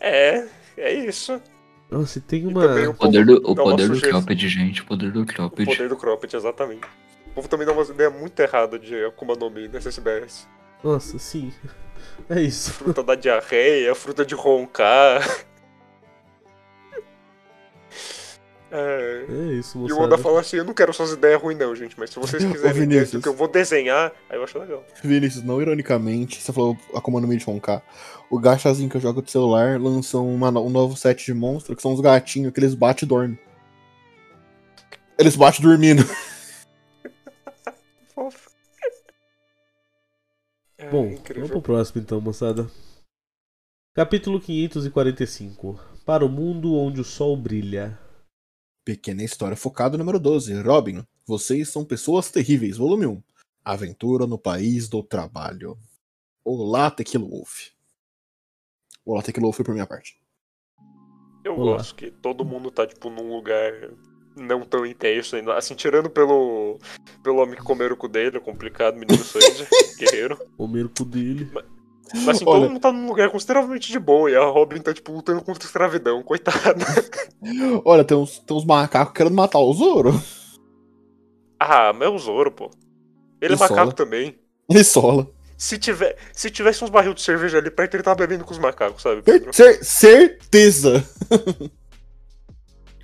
S3: É, é isso.
S2: Nossa, e tem
S3: E
S2: uma.
S3: também o
S5: O poder do, o
S3: dá
S5: poder
S3: uma
S5: do
S3: sujeira-
S5: Cropped, gente. O poder do
S3: O
S5: Cropped.
S3: poder do Cropped, exatamente. O povo também dá uma ideia muito errada de Akuma no Mi né? nesse SBS.
S2: Nossa, sim. É isso.
S3: Fruta da diarreia, fruta de roncar. É,
S2: É isso,
S3: E o Oda
S2: moçada.
S3: fala assim, eu não quero suas ideias ruins não, gente, mas se vocês
S4: Ô,
S3: quiserem ter isso
S4: Vinícius.
S3: que eu vou desenhar, aí eu acho legal.
S4: Vinícius, não ironicamente, você falou a comando meio de roncar. O gachazinho que eu jogo do celular lançou uma no- um novo set de monstro, que são os gatinhos que eles batem e dormem. Eles batem né? dormindo.
S3: Fofo. É,
S2: Bom, vamos pro
S3: incrível.
S2: próximo então, moçada. Capítulo 545. Para o mundo onde o sol brilha.
S4: Pequena história focado número 12. Robin, vocês são pessoas terríveis. Volume 1. Aventura no país do trabalho. Olá, Tequilo Wolf. Olá, Tequilo Wolf por minha parte.
S3: Eu
S2: Olá.
S3: gosto que todo mundo tá, tipo, num lugar não tão intenso ainda. Assim, tirando pelo, pelo homem que comeram o cu dele, é complicado, menino Sanji, guerreiro.
S2: O merco dele.
S3: Mas assim,
S4: Olha.
S3: todo mundo tá num lugar consideravelmente de boa e a Robin tá, tipo, lutando contra a escravidão, coitada.
S4: Olha, tem uns, tem uns macacos querendo matar o Zoro.
S3: ah, mas é o Zoro, pô. Ele é
S4: E Sola.
S3: macaco também.
S4: E sola.
S3: Se, tiver, se tivesse uns barril de cerveja ali perto, ele tava bebendo com os macacos, sabe, Pedro?
S4: Cer- cer- certeza.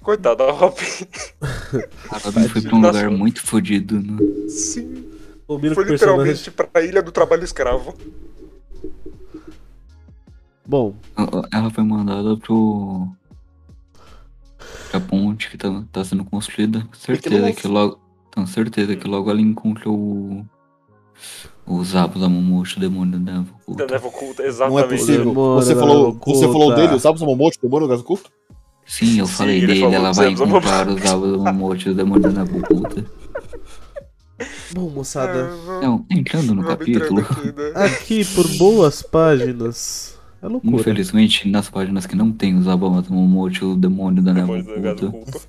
S3: Coitado, a Robin.
S5: A Robin foi pra um
S3: Dá
S5: lugar
S3: sorte.
S5: muito fodido, né?
S3: Sim.
S2: Combina com
S3: Foi
S2: o personagem.
S3: literalmente pra ilha do trabalho escravo.
S2: Bom,
S5: Ela- Ela foi mandada pro. pra ponte que tá, tá sendo construída. Certeza que logo. Então, certeza que logo ela encontra o. O Zabo da Momoshi, o demônio da Neva
S3: Da
S5: oculta.
S3: Neva Oculta,
S4: Não é
S3: exatamente.
S4: possível.
S2: Demora,
S4: você falou,
S2: não,
S4: você falou
S2: oculta.
S4: dele, o Zabuza Momote, demora o gás oculto?
S5: Sim, eu
S3: Sim,
S5: falei
S3: ele
S5: dele,
S3: falou
S5: ela
S3: do
S5: vai
S3: Zabo da
S5: encontrar o Zabo da Momoshi, o demônio da Neva oculta.
S2: Bom, moçada,
S3: É, vamos,
S5: Não, entrando no
S3: vamos entrando
S5: É um capítulo,
S3: aqui, né?
S2: aqui por boas páginas. É loucura.
S5: infelizmente, nas páginas que não tem os Abamas Momote, o demônio da
S3: Depois
S5: neva
S3: do gado
S5: oculta.
S3: culto.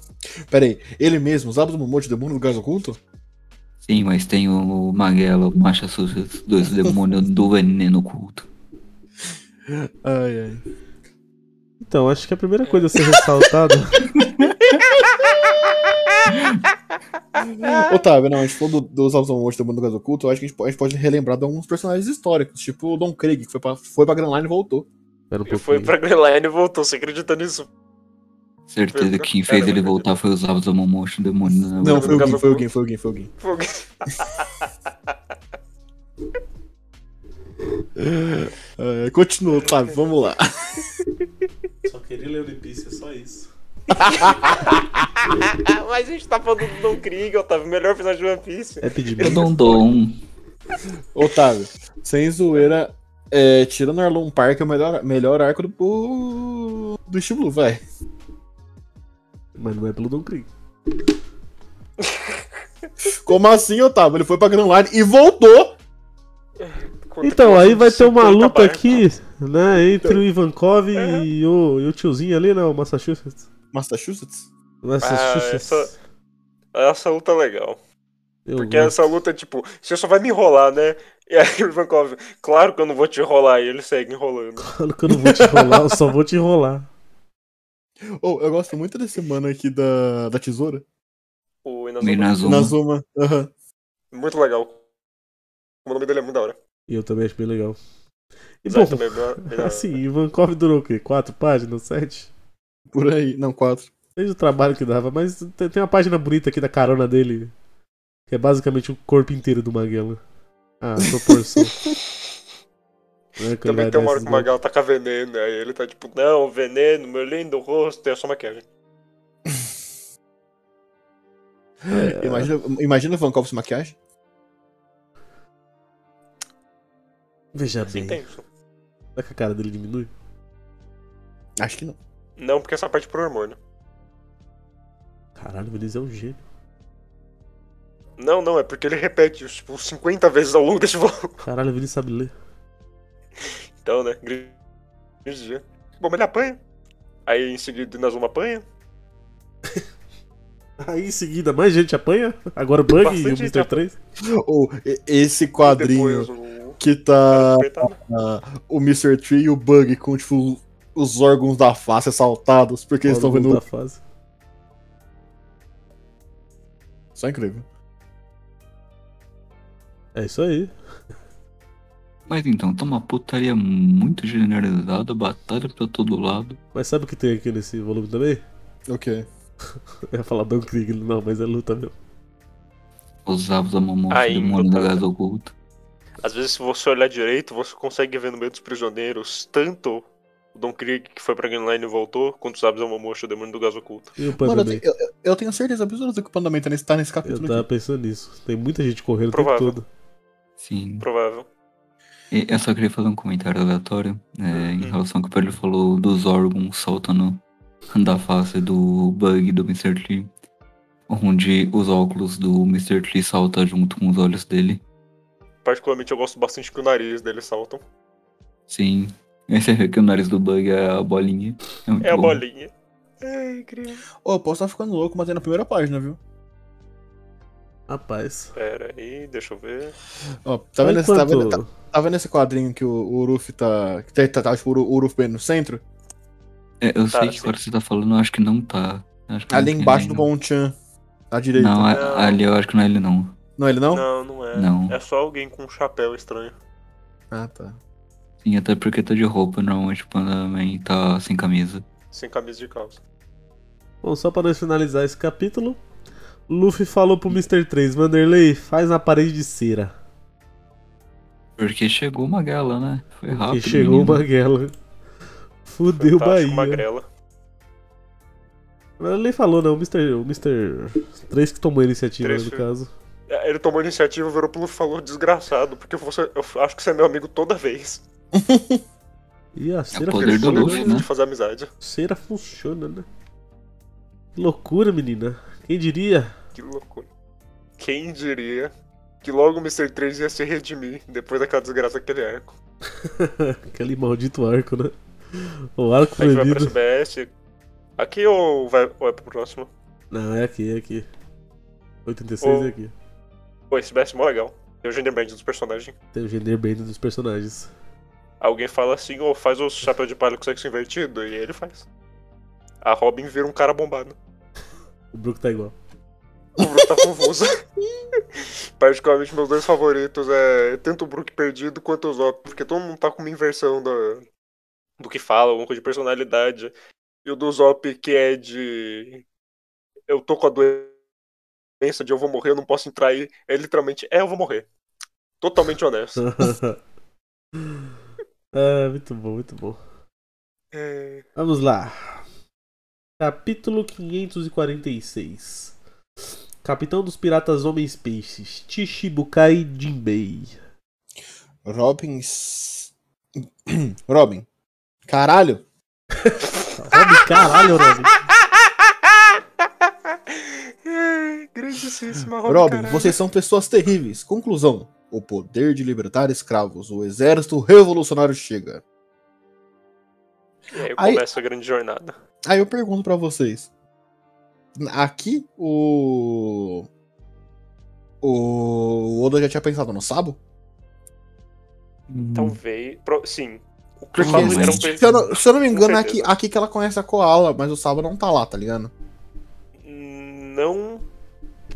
S4: Pera aí, ele mesmo usava um monte de demônio no gás oculto?
S5: Sim, mas tem o Maguela, o Macha Suja, os dois demônios do veneno oculto.
S4: Ai, ai.
S2: Então, acho que a primeira coisa a ser ressaltada.
S4: Otávio, não, a gente falou do, do usar um monte de demônio no gás oculto, eu acho que a gente, po- a gente pode relembrar de alguns personagens históricos, tipo o Don Craig, que foi pra, foi pra Grand Line e voltou.
S2: Pera um
S3: Ele foi
S2: pouquinho.
S3: pra Green Line e voltou, você acredita nisso?
S5: Certeza que quem fez ele voltar foi os Abos Momote, o demônio da neva
S4: Não,
S5: oculta.
S4: foi o Gui, foi o Gui, foi o Gui, foi o Gui.
S3: Fogo.
S4: É, continua, Otávio, vamos lá.
S2: Só queria ler One Piece, é só isso.
S3: Ah, mas a gente tá falando do Don Krieg, Otávio, melhor personagem de One Piece.
S2: É pedir
S5: Eu dou um dom.
S4: Otávio, sem zoeira, é, tirando Arlon Park é o melhor, melhor arco do, do East Blue, vai.
S2: Mas não é pelo Don Krieg.
S4: Como assim, Otávio? Ele foi pra Grand Line e voltou!
S3: Quanto
S2: Então,
S3: custa
S2: aí vai ter uma
S3: 50
S2: luta
S3: barcos?
S2: aqui, né? Entre o Ivankov e, o, e o tiozinho ali, né? O
S3: Ah,
S2: Massachusetts.
S4: Massachusetts?
S2: Massachusetts.
S3: essa- Essa luta é legal.
S2: Eu
S3: Porque
S2: gosto.
S3: essa luta, tipo, você só vai me enrolar, né? E aí o Ivankov, claro que eu não vou te enrolar, e ele segue enrolando.
S2: Claro que eu não vou te enrolar, eu só vou te enrolar.
S4: Oh, eu gosto muito desse mano aqui da, da tesoura.
S3: O Inazuma.
S5: Minazuma.
S4: Nazuma. Aham.
S3: Muito legal. O nome dele é muito da hora.
S2: E eu também acho bem legal. E
S3: Zé
S2: bom,
S3: também é bem- bem da hora.
S2: assim, Ivankov durou o quê? Quatro páginas? Sete?
S4: Por aí. Não, quatro.
S2: Desde o trabalho que dava, mas tem tem uma página bonita aqui da carona dele, que é basicamente o corpo inteiro do Magellan. Ah, a proporção. Não é que
S3: Também
S2: ele
S3: tem
S2: vai
S3: uma hora
S2: desses
S3: que o Magal taca veneno, aí ele tá tipo, não, veneno, meu lindo rosto, é só maquiagem.
S2: É.
S4: Imagina, imagina o Van Gogh sem maquiagem.
S2: É, Veja
S3: Assim
S2: bem,
S3: tem isso.
S2: será que a cara dele diminui?
S4: Acho que não.
S3: Não, porque essa parte é pro hormônio.
S2: Caralho, o Vinícius é um gênio.
S3: Não, não, é porque ele repete isso, tipo, 50 vezes ao longo desse voo.
S2: Caralho, o Vinícius sabe ler.
S3: Então, né? Grande dia. Bom, mas ele apanha. Aí em seguida o Inazuma apanha.
S2: Aí em seguida, mais gente apanha. Agora o Bug e o
S3: Bastante gente
S2: Mr. 3.
S4: Ou e- esse
S3: e
S4: quadrinho
S3: Depois o.
S4: que tá
S3: Coitado.
S4: ah, o Mr. Tree e o Bug com, tipo, os órgãos da face assaltados, porque eles estão vendo. um
S2: Da fase.
S4: Isso é incrível.
S2: É isso aí.
S5: Mas então, tá uma putaria muito generalizada, batalha pra todo lado.
S2: Mas sabe o que tem aqui nesse volume também?
S4: Ok.
S2: Eu ia falar Don Krieg, não, mas é luta mesmo.
S5: Os Abos Momote,
S3: Ainda
S5: o demônio da
S3: tá.
S5: gás oculto.
S3: Às vezes, se você olhar direito, você consegue ver no meio dos prisioneiros tanto o Don Krieg, que foi pra Green Line e voltou, quanto os Abis Momoshi, o demônio do gás oculto.
S2: E o
S4: Mano,
S2: Panda
S4: eu,
S2: Man?
S4: te- eu, eu- eu tenho certeza absoluta que o Pandaman tá nesse, tá nesse
S2: Eu
S4: capítulo
S2: tava
S4: aqui.
S2: pensando nisso. Tem muita gente correndo o tempo
S3: Provável.
S2: todo.
S5: Sim.
S3: Provável.
S5: E eu só queria fazer um comentário aleatório é, em
S3: Hum.
S5: relação ao que o Pedro falou dos órgãos soltando da face do bug do Mr. Lee. Onde os óculos do Mr. Lee saltam junto com os olhos dele.
S3: Particularmente, eu gosto bastante que o nariz dele saltam.
S5: Sim. Esse é que o nariz do bug é a bolinha. muito
S3: É a
S5: bom.
S3: bolinha. É incrível.
S2: tá.
S4: Ô, eu posso estar ficando louco, mas é na primeira página, viu?
S2: Rapaz.
S3: Pera aí, deixa eu ver.
S4: Ó, tá vendo,
S2: Olha
S4: esse, tá,
S2: quanto-
S4: vendo, tá, tá vendo esse quadrinho que o, o Uruf tá. Que tá, tá, tá, tipo, o Uru- o Uruf bem no centro?
S5: É, eu
S3: Tá,
S5: sei que
S3: sim.
S5: agora você tá falando, eu acho que não tá. Eu acho que
S4: Ali
S5: não
S2: Uhum.
S5: tem
S4: embaixo
S5: ele,
S4: do
S5: não.
S4: Bonchan. À direita.
S5: Não,
S4: Não,
S5: a-
S3: Não.
S5: ali eu acho que não é ele não.
S4: é ele não?
S3: Não, não é.
S5: Não.
S3: É só alguém com um chapéu estranho.
S4: Ah, tá.
S5: Sim, até porque tá de roupa, normalmente o Panda Man tá sem camisa.
S3: Sem camisa de calça.
S2: Bom, só pra nós finalizar esse capítulo, Luffy falou pro Mr. 3, Vanderlei, faz na parede de cera.
S5: Porque chegou uma gala, né? Foi rápido.
S2: e chegou o
S5: menino.
S2: Maguela. Fudeu o
S3: Fantástico,
S2: Bahia.
S3: magrela.
S2: Vanderlei falou, né? O Mr. O Mr. 3 que tomou a iniciativa, né,
S3: Três
S2: no
S3: foi-
S2: caso.
S3: É, Ele tomou a iniciativa, virou pro Luffy e falou, desgraçado, porque você, eu acho que você é meu amigo toda vez.
S2: E a cera,
S5: É poder do
S2: funciona,
S3: Toda
S5: Luffy,
S3: vez
S5: né?
S3: De fazer amizade.
S2: cera funciona, né? Que loucura, menina. Quem diria?
S3: Que loucura. Quem diria que logo o Mr. 3 ia se redimir depois daquela desgraça é? daquele arco.
S2: Aquele maldito arco, né? O arco
S3: A gente vai pra
S2: proibido.
S3: SBS. Aqui ou vai, ou é pro próximo?
S2: Não, é aqui, é aqui. 86
S3: Ô.
S2: é aqui.
S3: Pô, SBS é mó legal. Tem o gender band dos personagens.
S2: Tem o gender bend dos personagens.
S3: Alguém fala assim, ou faz o chapéu de palha com sexo invertido, e ele faz. A Robin vira um cara bombado.
S2: O Brook tá igual.
S3: O Brook tá confuso. Particularmente, meus dois favoritos é tanto o Brook perdido quanto o Zop, porque todo mundo tá com uma inversão do, do que fala, alguma coisa de personalidade. E o do Zop, que é de. Eu tô com a doença de eu vou morrer, eu não posso entrar aí. É literalmente, é, eu vou morrer. Totalmente honesto.
S2: ah, muito bom, muito bom.
S3: É,
S2: Vamos lá. Capítulo 546. Capitão dos Piratas Homens Peixes, Chichibukai Jinbei.
S4: Robin. s- Robin. Caralho!
S2: Robin, caralho, Robin.
S3: é grandíssima Robin.
S4: Robin,
S3: caralho.
S4: vocês são pessoas terríveis. Conclusão: o poder de libertar escravos. O exército revolucionário chega.
S3: E É, aí
S4: Aí-
S3: começa a grande jornada.
S4: Aí eu pergunto pra vocês. Aqui o. O Oda já tinha pensado no Sabo?
S5: Hum,
S3: Talvez. pro- Sim. O que
S4: Porque,
S3: eu falo era um
S5: se-
S4: Se eu não, se eu não me
S3: Com
S4: engano, é aqui,
S3: certeza.
S4: aqui que ela conhece a Koala, mas o Sabo não tá lá, tá ligado?
S3: Não,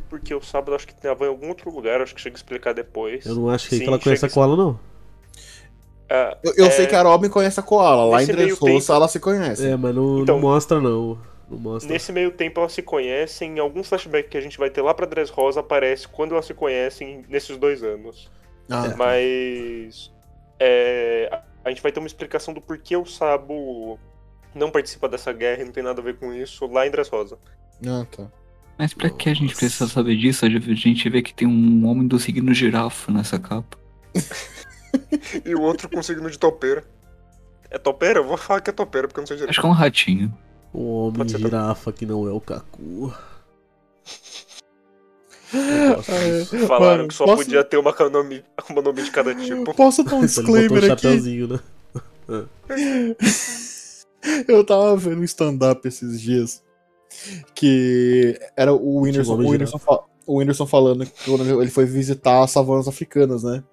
S3: porque o sábado acho que tem a van em algum outro lugar, acho que chega a explicar depois.
S2: Eu não achei
S3: Sim,
S2: que ela conhece a
S3: chega
S2: Koala, não.
S3: Ah,
S4: Eu, eu
S3: É.
S4: sei que a Robin conhece a Koala, lá em
S3: Nesse meio
S4: Dress ela se conhece.
S2: É, mas não,
S3: Então-
S2: não mostra, não. Não mostra.
S3: nesse meio tempo elas se conhecem, em algum flashback que a gente vai ter lá pra Dress Rosa aparece quando elas se conhecem nesses dois anos.
S4: Ah,
S2: É.
S3: Mas é, a- a gente vai ter uma explicação do porquê o Sabo não participa dessa guerra e não tem nada a ver com isso lá em Dress Rosa.
S4: ah, tá.
S5: Mas pra que a gente precisa saber disso? A gente vê que tem um homem do signo girafa nessa capa.
S3: E o outro com signo de topeira. É topeira? Eu vou falar que é topeira, porque eu não sei direito.
S5: Acho que é um ratinho.
S2: O Um homem
S3: Pode ser, tá?
S2: girafa que não é o Kaku.
S3: Falaram
S4: Mano,
S3: que só
S4: posso-
S3: podia ter uma nome, uma nome de cada tipo.
S4: Posso dar um
S2: Ele botou
S4: disclaimer
S2: o
S4: aqui?
S2: chapéuzinho, né?
S4: Eu tava vendo um stand-up esses dias. Que era o Whindersson,
S2: Chegou a
S4: o Whindersson, fa- o Whindersson falando que quando ele foi visitar as savanas africanas, né?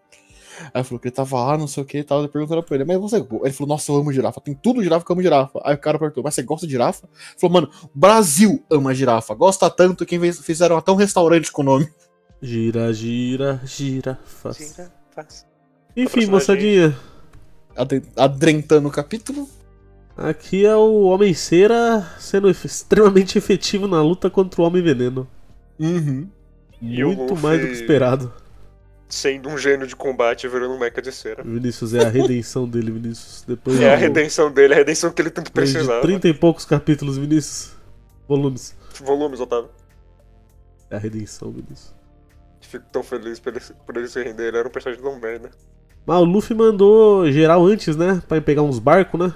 S4: Aí falou que ele tava lá, não sei o que e tal. Perguntaram pra ele, mas você. Ele falou, nossa, eu amo girafa. Tem tudo girafa que eu amo girafa. Aí o cara perguntou, mas você gosta de girafa? Ele falou, mano, Brasil ama girafa. Gosta tanto que inve- fizeram até um restaurante com o nome.
S2: Gira, gira, gira, faz.
S3: Girafas.
S2: Enfim,
S3: Patrocinador
S2: moçadinha.
S4: Adre- Adrentando o capítulo.
S2: Aqui é o Homem Cera sendo ef- extremamente efetivo na luta contra o Homem Veneno.
S4: Uhum.
S3: E o
S2: Muito
S3: Luffy-
S2: mais do que esperado.
S3: Sendo um gênio de combate e virando um meca de cera.
S2: Vinícius, é a redenção dele, Vinícius. Depois
S3: É a
S2: do-
S3: redenção dele, a redenção que ele tanto
S2: depois de
S3: precisava.
S2: 30 e poucos capítulos, Vinícius. Volumes.
S3: Volumes, Otávio.
S2: É a redenção, Vinícius.
S3: Fico tão feliz por ele, por ele se render, ele era um personagem tão merda.
S2: Mas o Luffy mandou geral antes, né? Pra ir pegar uns barcos, né?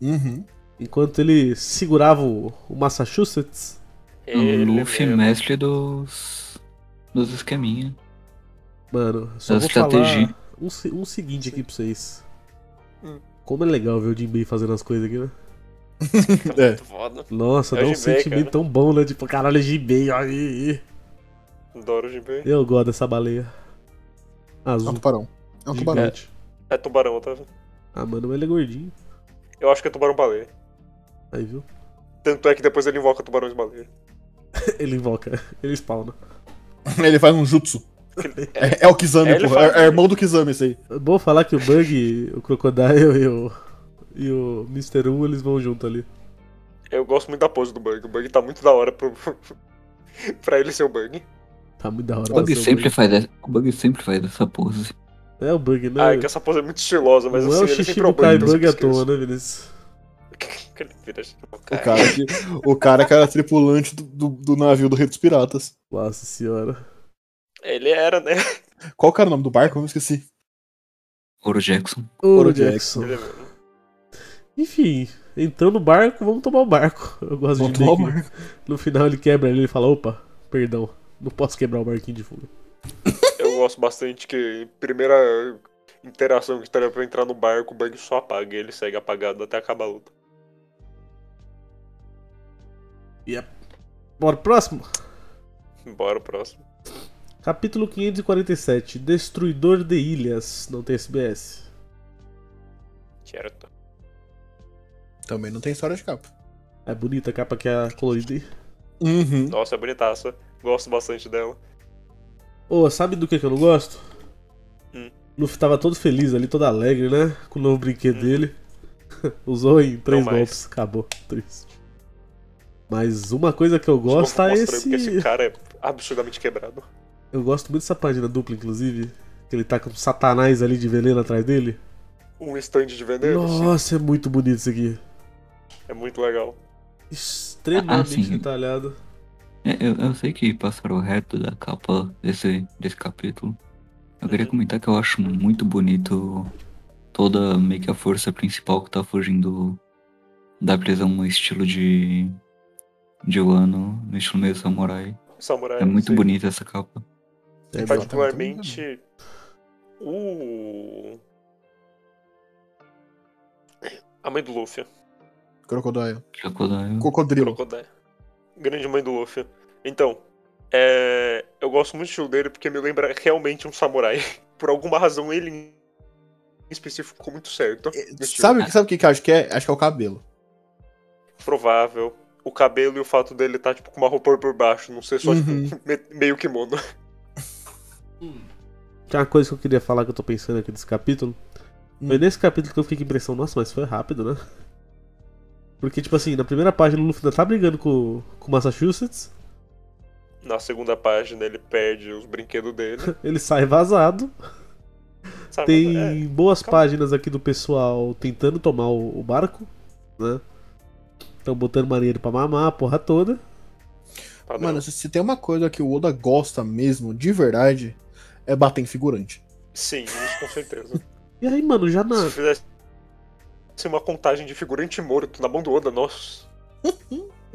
S4: Uhum.
S2: Enquanto ele segurava o, o Massachusetts.
S5: O
S3: É, Ele
S5: É um Luffy,
S3: mesmo.
S5: mestre dos. dos esqueminha.
S2: Mano, só
S5: As
S2: vou
S5: estratégia.
S2: falar um, se- um seguinte aqui pra vocês.
S3: Hum.
S2: Como é legal ver o Jinbei fazendo as coisas aqui, né?
S4: É.
S3: Muito foda.
S2: Nossa,
S3: É o
S2: dá um
S3: Jinbei,
S2: sentimento
S3: cara.
S2: tão bom, né? Tipo, caralho, Jinbei, olha aí.
S3: Adoro o Jinbei.
S2: Eu gosto dessa baleia.
S4: É um
S2: Azul.
S4: tubarão. É um tubarão.
S2: gigante.
S3: É tubarão, Otávio.
S2: Ah, mano, mas ele é gordinho.
S3: Eu acho que é tubarão baleia.
S2: Aí, viu?
S3: Tanto é que depois ele invoca tubarões baleia.
S2: Ele invoca, ele spawna.
S4: Ele faz um jutsu. É, é o Kizami,
S3: É, ele
S4: porra.
S3: faz-
S4: É, é irmão do Kizami esse aí.
S2: É bom falar que o Bug, o Crocodile e o, e o Mr. 1, eles vão junto ali.
S3: Eu gosto muito da pose do Bug. O Bug tá muito da hora pro... pra ele ser o Bug.
S2: Tá muito da hora.
S5: O Bug
S2: fazer
S5: sempre faz essa. O Bug sempre faz essa pose.
S2: Bug. É o Bug, né?
S3: Ah, é que essa pose é muito estilosa, mas
S2: não
S3: assim,
S2: é o
S3: ele
S2: xixi
S3: sempre é
S2: do
S3: o Bug.
S2: Kai
S3: então eu
S2: Bug
S3: sempre
S2: à toa,
S3: esqueço.
S2: né, Vinícius?
S3: Que ele vira
S4: O cara que, o cara que era tripulante do, do, do navio do Rei dos Piratas.
S2: Nossa senhora.
S3: Ele era, né?
S4: Qual que era o nome do barco? Eu me esqueci.
S5: Oro Jackson.
S2: Ouro
S4: Ouro
S2: Jackson.
S3: Ele é mesmo.
S2: Enfim, entrou no barco, vamos tomar o barco. Eu gosto de
S4: Vamos tomar um o
S2: ver que No final ele quebra ele e fala, opa, perdão, não posso quebrar o barquinho de fuga.
S3: Eu gosto bastante que primeira interação que teria pra entrar no barco, o bug só apaga e ele segue apagado até acabar a luta.
S2: Bora, próximo.
S3: Bora, próximo.
S2: Capítulo 547. Destruidor de ilhas. Não tem SBS.
S3: Certo.
S4: Também não tem história de capa.
S2: É bonita a capa que é colorida. aí.
S4: Uhum.
S3: Nossa, é bonitaça. Gosto bastante dela.
S2: Ô, sabe do que, que eu não gosto?
S3: Hum.
S2: Luffy tava todo feliz ali, todo alegre, né? Com o novo brinquedo dele. Usou em três
S3: Hum. mais.
S2: golpes. Acabou. Triste. Mas uma coisa que eu
S3: Desculpa,
S2: gosto é
S3: mostrei,
S2: esse...
S3: Porque esse cara é absurdamente quebrado.
S2: Eu gosto muito dessa página dupla, inclusive. Que ele tá com um satanás ali de veneno atrás dele.
S3: Um stand de veneno, assim,
S2: Nossa, é muito bonito isso aqui.
S3: é muito legal.
S2: Extremamente
S5: Ah, sim.
S2: detalhado.
S5: É, eu, eu sei que passaram reto da capa desse, desse capítulo. Eu
S3: Uhum.
S5: queria comentar que eu acho muito bonito toda meio que a força principal que tá fugindo da prisão no estilo de. de Wano, no estilo meio samurai.
S3: Samurai.
S5: É muito
S3: sim.
S5: bonita essa capa.
S2: É,
S4: Faz-
S2: exato.
S3: Particularmente. O. A mãe do Luffy.
S4: Crocodile.
S5: Crocodile.
S4: Cocodrilo.
S3: Crocodile. Grande mãe do Luffy. Então, é, eu gosto muito do estilo dele porque me lembra realmente um samurai. Por alguma razão, ele em específico ficou muito certo. no estilo.
S4: É, Sabe, sabe o que, que eu acho que é? Acho que é o cabelo.
S3: Provável. O cabelo e o fato dele estar tipo, com uma roupa por baixo, não ser só
S4: Uhum.
S3: tipo, me- meio kimono.
S2: Tem uma coisa que eu queria falar que eu tô pensando aqui desse capítulo.
S4: Hum.
S2: Foi nesse capítulo que eu fiquei com a impressão, nossa, mas foi rápido, né? Porque, tipo assim, na primeira página o Luffy ainda tá brigando com com o Massachusetts,
S3: Na segunda página, ele perde os brinquedos dele.
S2: ele sai vazado.
S3: Sabe? Ah, É,
S2: Tem boas
S3: calma.
S2: páginas aqui do pessoal tentando tomar o, o barco, né? Estão botando marinheiro pra mamar a porra toda.
S3: É, padrão.
S4: Mano, se, se tem uma coisa que o Oda gosta mesmo, de verdade, é bater em figurante.
S3: Sim, isso com certeza.
S2: E aí, mano, já
S3: Se
S2: na.
S3: fizesse uma contagem de figurante morto na mão do Oda, nossa.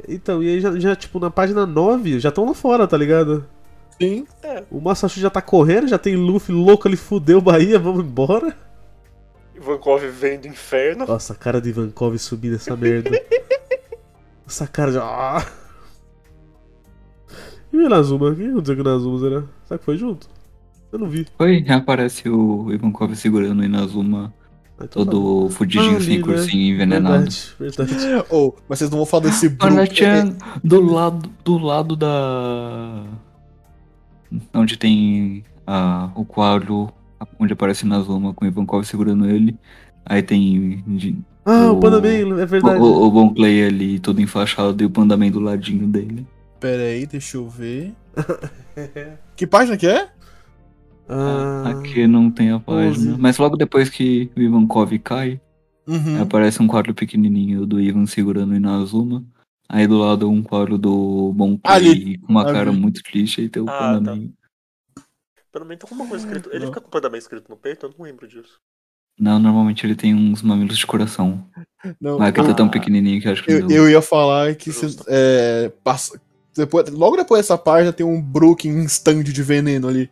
S2: Então, e aí já, já, tipo, na página 9, já estão lá fora, tá ligado?
S4: Sim.
S2: O Massachusetts já tá correndo, já tem Luffy louco ali, fudeu Bahia, vamos embora.
S3: Ivankov vem do inferno.
S2: Nossa, a cara de Ivankov subindo essa merda. essa cara de. Ah! E o Inazuma? O que aconteceu com o Inazuma, será? Será que foi junto? Eu não vi.
S5: Oi, reaparece o Ivankov segurando o Inazuma,
S2: Ah, então tá.
S5: todo é fudidinho,
S2: Ah,
S5: sem
S2: ali, né?
S5: cursinho, envenenado.
S2: Verdade, verdade.
S4: Ô, mas vocês não vão falar desse Brook.
S5: Panachan,
S2: é-
S5: do lado, do lado da. Onde tem ah, o quadro, onde aparece Nazuma com o Ivankov segurando ele. Aí tem de-
S2: Ah, o
S5: O-
S2: Panda Man, é
S5: o,
S2: verdade.
S5: o, o Bon Clay ali todo enfaixado e o Pandaman do ladinho dele.
S4: Pera aí, deixa eu ver. que página que é?
S2: Ah,
S5: Aqui não tem a página.
S2: Onze.
S5: Mas logo depois que o Ivankov cai,
S4: Uhum.
S5: aparece um quadro pequenininho do Ivan segurando o Inazuma. Aí do lado um quadro do Bon Clay
S4: Ali.
S5: com uma
S4: Ah,
S5: cara
S4: vi.
S5: muito triste e tem o
S3: Ah,
S5: Pandaman.
S3: Pelo menos tem alguma coisa escrita. Ele
S4: Não.
S3: fica com o Pandaman escrito no peito? Eu não lembro disso.
S5: Não, normalmente ele tem uns mamilos de coração.
S4: Não, é
S5: Mas aquele
S4: eu-
S5: tá tão pequenininho que eu acho que
S4: Ah. eu,
S5: não.
S4: eu ia falar que vocês,
S3: Justo.
S4: é, passa- depois, logo depois dessa página tem um Brook em stand de veneno ali.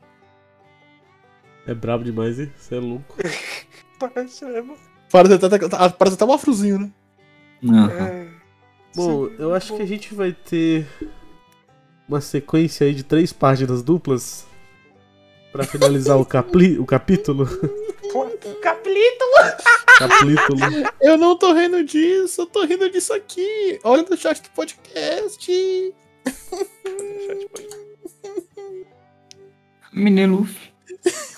S2: é brabo demais, hein? Você é louco.
S3: Parece mesmo.
S4: Parece até, tá- parece até um afrozinho, né?
S5: um- Aham.
S3: É.
S2: Bom,
S3: Sim,
S2: eu acho
S3: bom.
S2: que a gente vai ter uma sequência aí de três páginas duplas pra finalizar o, capli... o capítulo.
S3: Pô, Capelito!
S2: capítulo.
S4: Eu não tô rindo disso, eu tô rindo disso aqui. Olha no chat do podcast.
S5: Menino Luffy.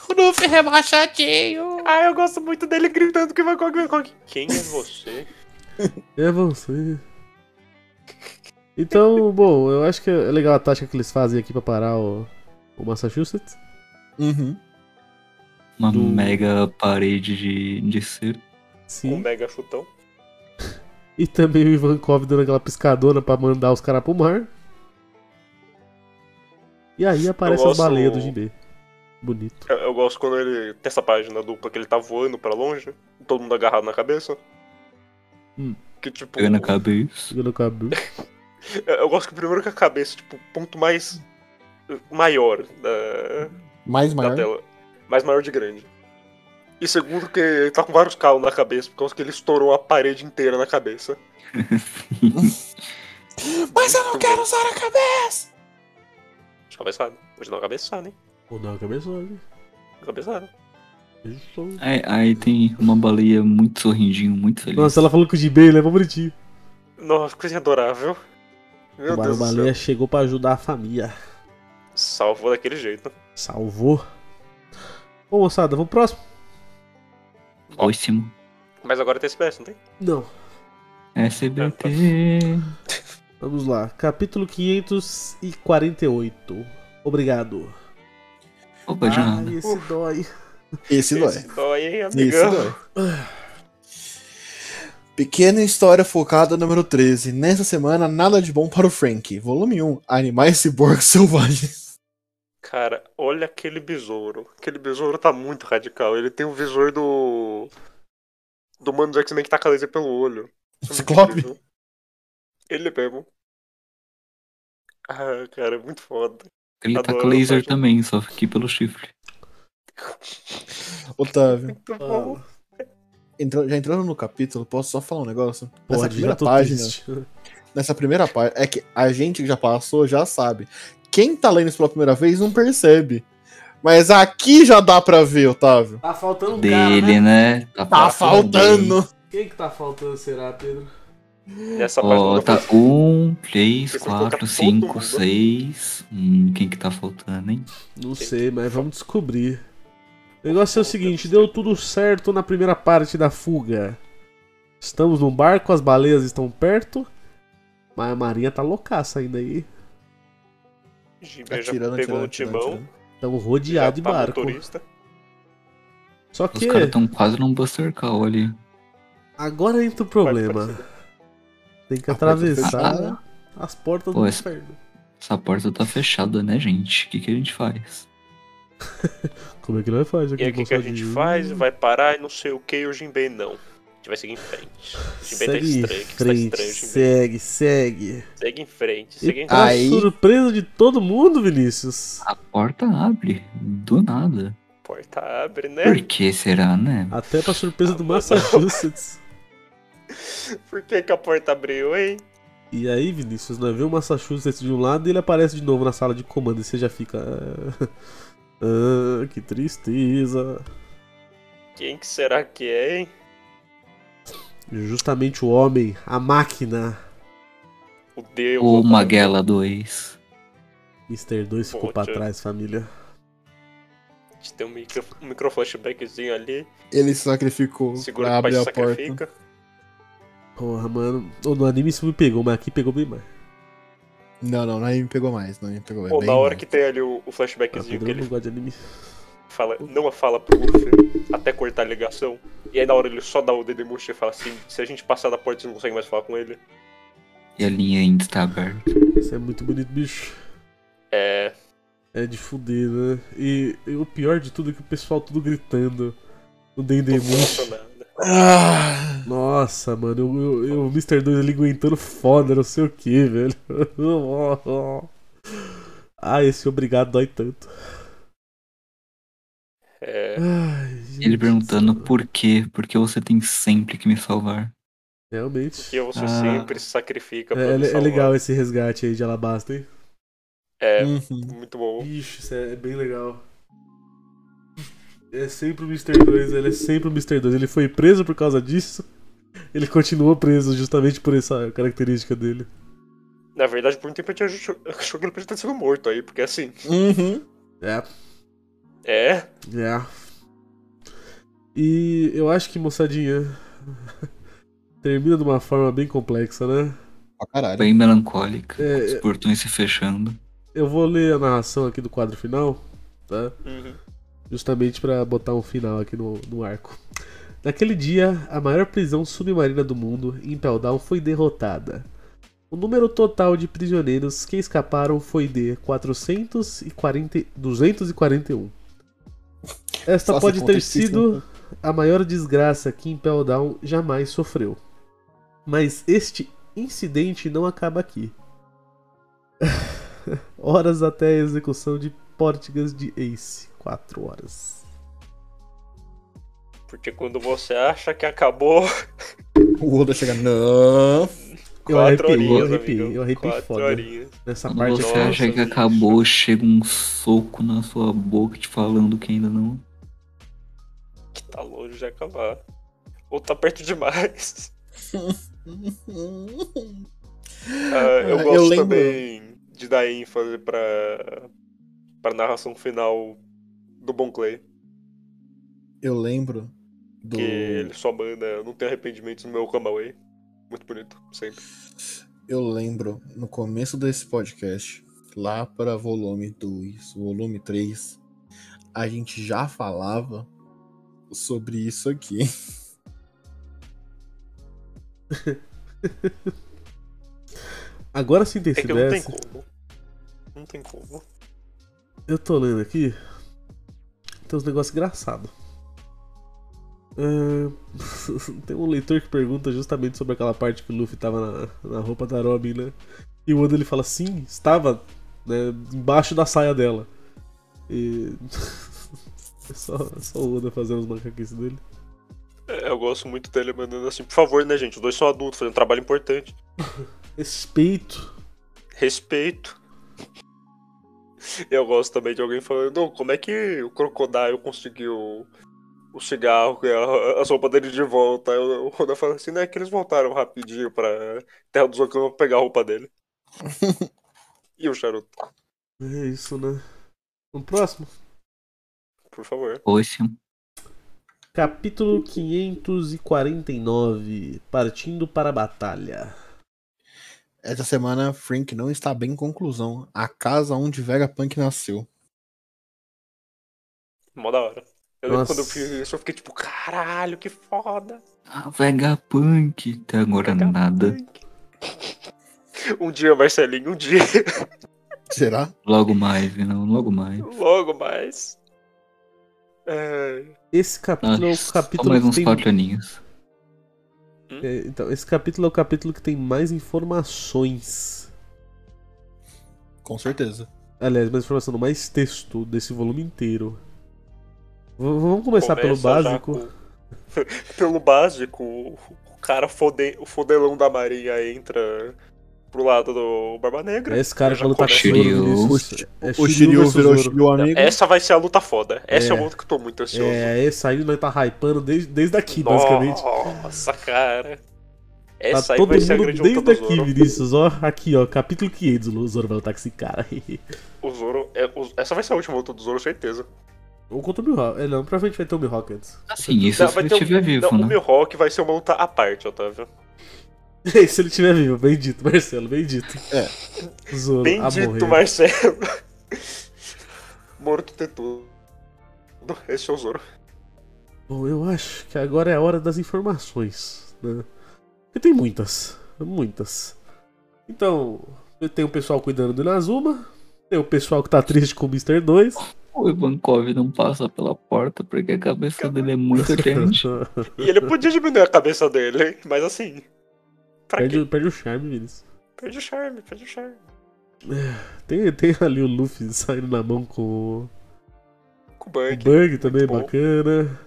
S4: O Luffy é rebaixadinho.
S3: Ah, eu gosto muito dele gritando que Ivankov, Ivankov. Quem é você?
S2: É você. Então, bom, eu acho que é legal a tática que eles fazem aqui pra parar o, o Massachusetts.
S4: Uhum.
S5: Uma
S2: Do-
S5: mega parede de, de ser.
S3: Um
S2: Sim.
S3: mega chutão.
S2: E também o Ivankov dando aquela piscadona pra mandar os caras pro mar. E aí aparece
S3: Eu
S2: as baleias do
S3: gosto-
S2: Jinbe. Bonito.
S3: Eu, eu gosto quando ele tem essa página dupla que ele tá voando pra longe, todo mundo agarrado na cabeça.
S2: Hum.
S3: Que tipo.
S5: Pegando a cabeça.
S2: Chegando com a Bu.
S3: Eu, eu gosto que primeiro que a cabeça, tipo, o ponto mais eh, maior da,
S4: Mais
S3: na
S4: maior.
S3: tela. Mais maior de grande. E segundo que ele tá com vários calos na cabeça, por causa que ele estourou a parede inteira na cabeça.
S4: Mas eu não quero usar a cabeça!
S3: Cabeçada. Vou te dar uma cabeçada, hein?
S2: Ou não, cabeçona.
S3: Cabeçada.
S2: Eu sou- um-
S5: Aí, aí tem uma baleia muito sorrindinho, muito feliz.
S2: Nossa, ela falou que o Jibei, ele é mó bonitinho.
S3: Nossa, coisa adorável. Meu
S2: o
S3: Deus
S2: Barão
S3: do
S2: Baleia
S3: céu.
S2: chegou pra ajudar a família.
S3: Salvou daquele jeito.
S2: Salvou. Ô moçada, vamos pro próximo?
S5: Ótimo.
S3: Mas agora tem SBS, não tem?
S2: Não.
S5: SBT.
S3: É, tá.
S2: Vamos lá. Capítulo 548. Obrigado.
S5: Opa, já.
S2: Ai, esse dói.
S4: Esse é. dói.
S3: Esse é. dói, hein,
S4: Isso
S3: amigão?
S4: dói. Pequena história focada número 13. Nessa semana, nada de bom para o Frank. Volume 1. Animais ciborgues selvagens.
S3: Cara, olha aquele besouro. Aquele besouro tá muito radical. Ele tem o visor do. Do mano do X-Men que tá com a laser pelo olho. Isso é muito
S4: Ciclope.
S3: incrível. Ele mesmo. Ah, cara, é muito foda.
S5: Ele tá com
S3: Adoro,
S5: laser
S3: Roger.
S5: também, só que pelo chifre.
S4: Otávio,
S2: Ah.
S3: Muito bom.
S4: entrou- já entrando no capítulo, posso só falar um negócio? Nessa
S2: Pode, já
S4: primeira
S2: tô
S4: página.
S2: triste.
S4: Nessa primeira página. É que a gente que já passou já sabe. Quem tá lendo isso pela primeira vez não percebe. Mas aqui já dá pra ver, Otávio.
S2: Tá faltando um
S5: Dele, né?
S4: Tá
S5: faltando.
S4: faltando.
S2: Quem que tá faltando será, Pedro?
S3: Nessa
S5: Ó,
S3: página
S5: tá
S3: do
S5: um, três,
S3: Vocês um, vão colocar
S5: quatro,
S3: todo
S5: cinco,
S3: mundo.
S5: seis. Hum, quem que tá faltando, hein?
S2: Não sei, mas vamos descobrir. O negócio é o seguinte, deu tudo certo na primeira parte da fuga. Estamos num barco, as baleias estão perto, mas a marinha tá loucaça ainda aí.
S4: Tá
S3: Jimmy já pegou no timão.
S2: Estamos
S3: Já
S2: rodeados de
S3: tá
S2: barco.
S3: motorista.
S2: Só
S5: Os
S2: que
S5: caras tão quase num Buster Call ali.
S2: agora entra o
S3: Pode
S2: problema.
S3: parecer.
S2: Tem que
S4: A porta
S2: atravessar
S4: fechada.
S2: as portas do
S5: Pô, esse-
S2: inferno.
S5: Essa porta tá fechada, né, gente? O que, que a gente faz?
S2: Como é que nós faz
S3: E
S2: aqui?
S3: aí, o que, que a gente faz? Vai parar e não sei o que, e o Jimbei não. A gente vai seguir em frente. O Jimbei tá
S2: Segue em
S3: estranho, que tá
S2: frente,
S3: estranho, Jimbei.
S2: segue, segue. Tá
S3: Segue em frente, segue
S2: E
S3: em
S2: pra
S3: frente.
S4: Aí-
S2: surpresa de todo mundo, Vinícius,
S5: A porta abre, do nada.
S3: A porta abre, né?
S5: Por que será, né?
S2: até pra surpresa
S3: Ah,
S2: do
S3: mano.
S2: Massachusetts.
S3: Por que, que a porta abriu, hein?
S2: E aí, Vinícius, nós vemos o Massachusetts de um lado e ele aparece de novo na sala de comando e você já fica. "Ah, ah, que tristeza.
S3: Quem que será que é, hein?
S2: Justamente o homem, a máquina.
S3: O Deus.
S5: Ou Maguela 2.
S2: Mr. 2 ficou pra
S3: Poxa.
S2: trás, família.
S3: A gente tem um micro, um micro flashbackzinho ali.
S4: Ele se sacrificou
S3: Segura
S4: pra
S3: que o pai
S4: abrir
S3: se
S4: a porta.
S3: sacrifica.
S2: Porra, mano. Ou No anime isso me pegou, mas aqui pegou bem mais.
S4: Não, não, não aí me pegou mais. Não aí me pegou É
S3: Pô,
S4: bem
S3: na hora
S4: mais.
S3: que tem ali o, o
S2: Ah,
S3: flashbackzinho
S2: Pedro,
S3: que
S2: eu não
S3: ele
S2: gosto de anime.
S3: fala, não a fala pro Luffy, até cortar a ligação. E aí na hora ele só dá o Dedemushi e fala assim, se a gente passar da porta, você não consegue mais falar com ele.
S5: E a linha ainda está aberta.
S2: Isso é muito bonito, bicho.
S3: É.
S2: É de fuder, né? E, e o pior de tudo é que o pessoal tudo gritando. O
S3: Tô
S2: Dendemush.
S3: funcionando.
S4: Ah,
S2: Nossa, mano, eu, eu, eu- o Mr. 2 ali aguentando foda, não sei o que, velho. ah, esse obrigado dói tanto.
S3: É.
S2: Ai, gente
S5: Ele perguntando
S2: do céu.
S5: por quê? Por que você tem sempre que me salvar?
S3: Que
S2: Realmente.
S3: você
S5: Ah.
S3: sempre se
S2: É,
S3: sacrifica pra me
S2: é- é
S3: salvar.
S2: legal Hum. esse resgate aí de Alabasta, hein?
S3: É,
S4: uhum.
S3: muito bom.
S2: Ixi, isso é, é bem legal. É sempre o Mr. 2, ele é sempre o Mr. 2. Ele foi preso por causa disso. Ele continuou preso justamente por essa característica dele.
S3: Na verdade, por um tempo eu tinha achou achou que ele podia ter sido morto aí, porque assim,
S4: Uhum.
S2: É,
S3: é,
S2: É. E eu acho que, moçadinha, termina de uma forma bem complexa, né?
S4: Pra caralho.
S5: Bem melancólica,
S2: É,
S5: com os
S2: é.
S5: portões se fechando.
S2: Eu vou ler a narração aqui do quadro final, tá?
S3: Uhum.
S2: Justamente pra botar um final aqui no, no arco. Naquele dia, a maior prisão submarina do mundo, Impel Down, foi derrotada. O número total de prisioneiros que escaparam foi de 440, 241. Esta
S4: Só se um, né?
S2: pode
S4: conta
S2: ter
S4: esse sistema.
S2: sido a maior desgraça que Impel Down jamais sofreu. Mas este incidente não acaba aqui. Horas até a execução de Portigas de Ace, Quatro horas.
S3: Porque quando você acha que acabou,
S4: O Oda chega, não.
S2: Eu
S3: quatro
S2: arrepiei, eu
S3: horinhas,
S2: arrepiei,
S3: amigão.
S2: eu arrepiei
S3: Quatro
S2: foda.
S3: horinhas.
S2: Nessa
S5: Quando
S2: parte
S5: você
S3: Nossa,
S5: acha que
S3: bicho.
S5: acabou, chega um soco na sua boca te falando que ainda não.
S3: Que tá longe de acabar. Ou tá perto demais. Ah, eu
S4: Eu
S3: gosto
S4: lembro-
S3: também de dar ênfase pra, pra narração final do Bon Clay.
S4: Eu lembro do.
S3: Que ele só manda, não tem arrependimentos no meu Camaway. Muito bonito, sempre.
S4: Eu lembro no começo desse podcast, lá para volume 2, volume 3, a gente já falava sobre isso aqui.
S2: Agora sim tem
S3: É
S2: esse
S3: que não tem
S2: DS.
S3: como. Não tem como.
S2: Eu tô lendo aqui. Tem uns negócios engraçados. É, Tem um leitor que pergunta justamente sobre aquela parte que o Luffy tava na, na roupa da Robin, né? E o Oda ele fala, sim, estava né, embaixo da saia dela. E. é só, é só o Oda fazendo os macaquices dele.
S3: É, Eu gosto muito dele mandando assim, por favor, né, gente? Os dois são adultos, fazendo um trabalho importante.
S2: Respeito.
S3: Respeito. Eu gosto também de alguém falando, "Não, como é que o Crocodile conseguiu o cigarro e a, a roupa dele de volta? Aí o o Roda fala assim, né, que eles voltaram rapidinho pra Terra dos Ocãs pra pegar a roupa dele. e o charuto,
S2: É isso, né? Vamos pro próximo.
S3: por favor.
S5: Poxa,
S2: Capítulo 549 Partindo para a Batalha.
S4: Essa semana, Frank não está bem em conclusão. A casa onde Vegapunk nasceu.
S3: Mó da hora. Eu lembro
S2: Nossa.
S3: quando eu fiz isso, eu fiquei tipo, caralho, que foda.
S5: ah, Vegapunk. Até agora nada.
S3: Um dia, Marcelinho, um dia.
S4: Será?
S5: Logo mais, não, logo mais.
S3: Logo mais. É,
S2: Esse capítulo é o
S5: Ah, só
S2: capítulo
S5: mais
S2: que
S5: uns
S2: tem.
S5: quatro aninhos.
S2: É, então, esse capítulo é o capítulo que tem mais informações.
S4: Com certeza.
S2: Aliás, mais informação, não, mais texto desse volume inteiro. V- vamos começar pelo
S3: começa já
S2: básico.
S3: com- pelo básico, o o cara, fode... o fodelão da Maria entra pro lado do Barba Negra.
S2: É Esse cara
S3: Eu já
S2: pra lutar com o
S3: começo-
S5: Shiryu.
S2: Zoro, Vinícius.
S4: Shiryu-
S2: É
S4: O Shiryu
S2: versus
S4: virou
S2: Zoro.
S4: Shiryu amigo.
S3: Essa vai ser a luta foda. Essa é,
S2: É.
S3: a luta que eu tô muito ansioso.
S2: É, esse aí nós tá hypando desde, desde aqui, basicamente.
S3: Nossa, cara.
S2: Tá
S3: Essa aí
S2: todo
S3: vai ser a
S2: mundo
S3: grande luta
S2: desde
S3: do
S2: aqui,
S3: Zoro.
S2: Vinícius. Ó, aqui, ó, capítulo 500. O Zoro vai lutar com esse cara.
S3: O Zoro é- o- Essa vai ser a última luta do Zoro, certeza.
S2: Ou contra o Mihawk. É, não, provavelmente vai ter o Mihawk antes.
S5: Assim, isso
S3: Não,
S5: se
S3: vai
S5: ele
S3: ter um-
S5: estiver vivo,
S3: Não, o
S5: né?
S3: Mihawk vai ser uma luta à parte, Otávio.
S2: Ah, Se ele tiver vivo, bendito, Marcelo, bendito.
S4: É.
S2: Zoro, a morrer.
S3: Bendito Marcelo. Morto de tudo. Esse é o Zoro.
S2: Bom, eu acho que agora é a hora das informações, né? E tem muitas, muitas. Então, tem o pessoal cuidando do Inazuma, tem o pessoal que tá triste com o Mr. 2.
S5: O Ivankov não passa pela porta porque a cabeça dele é muito grande.
S3: E ele podia diminuir a cabeça dele, hein? mas assim. Pra
S2: perde,
S3: quê?
S2: o- perde o charme, Vinícius.
S3: Perde o charme, perde o charme.
S2: Tem, tem ali o Luffy saindo na mão com o-
S3: Com o
S2: o
S3: Bug.
S2: Bug também, é
S3: bom.
S2: bacana.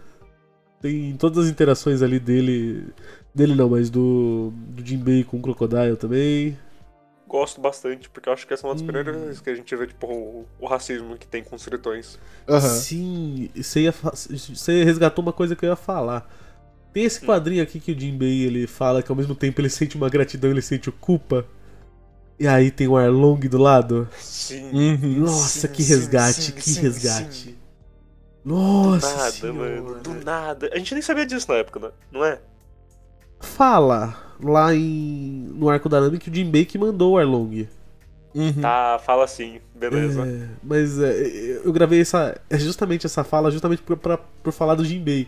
S2: Tem todas as interações ali dele. Dele não, mas do, do Jinbei com o Crocodile também.
S3: Gosto bastante, porque eu acho que essa é uma das
S2: Hum.
S3: primeiras vezes que a gente vê, tipo, o, o racismo que tem com os tritões.
S4: Aham.
S2: Sim, você, ia fa- você resgatou uma coisa que eu ia falar. Tem esse
S3: Hum.
S2: quadrinho aqui que o Jinbei ele fala que ao mesmo tempo ele sente uma gratidão, ele sente culpa. E aí tem o Arlong do lado.
S3: Sim.
S4: Uhum.
S2: Nossa,
S3: Sim,
S2: que
S3: sim,
S2: resgate,
S3: sim,
S2: que
S3: sim,
S2: resgate.
S3: sim.
S2: Nossa
S3: nada,
S2: senhora.
S3: mano. Do nada. A gente nem sabia disso na época, né? Não é?
S2: Fala lá em no Arco da Nami que o Jinbei que mandou o Arlong.
S4: Uhum.
S3: Tá, fala assim, beleza.
S2: Hum. É, mas é, eu gravei essa é justamente essa fala justamente por, pra- por falar do Jinbei.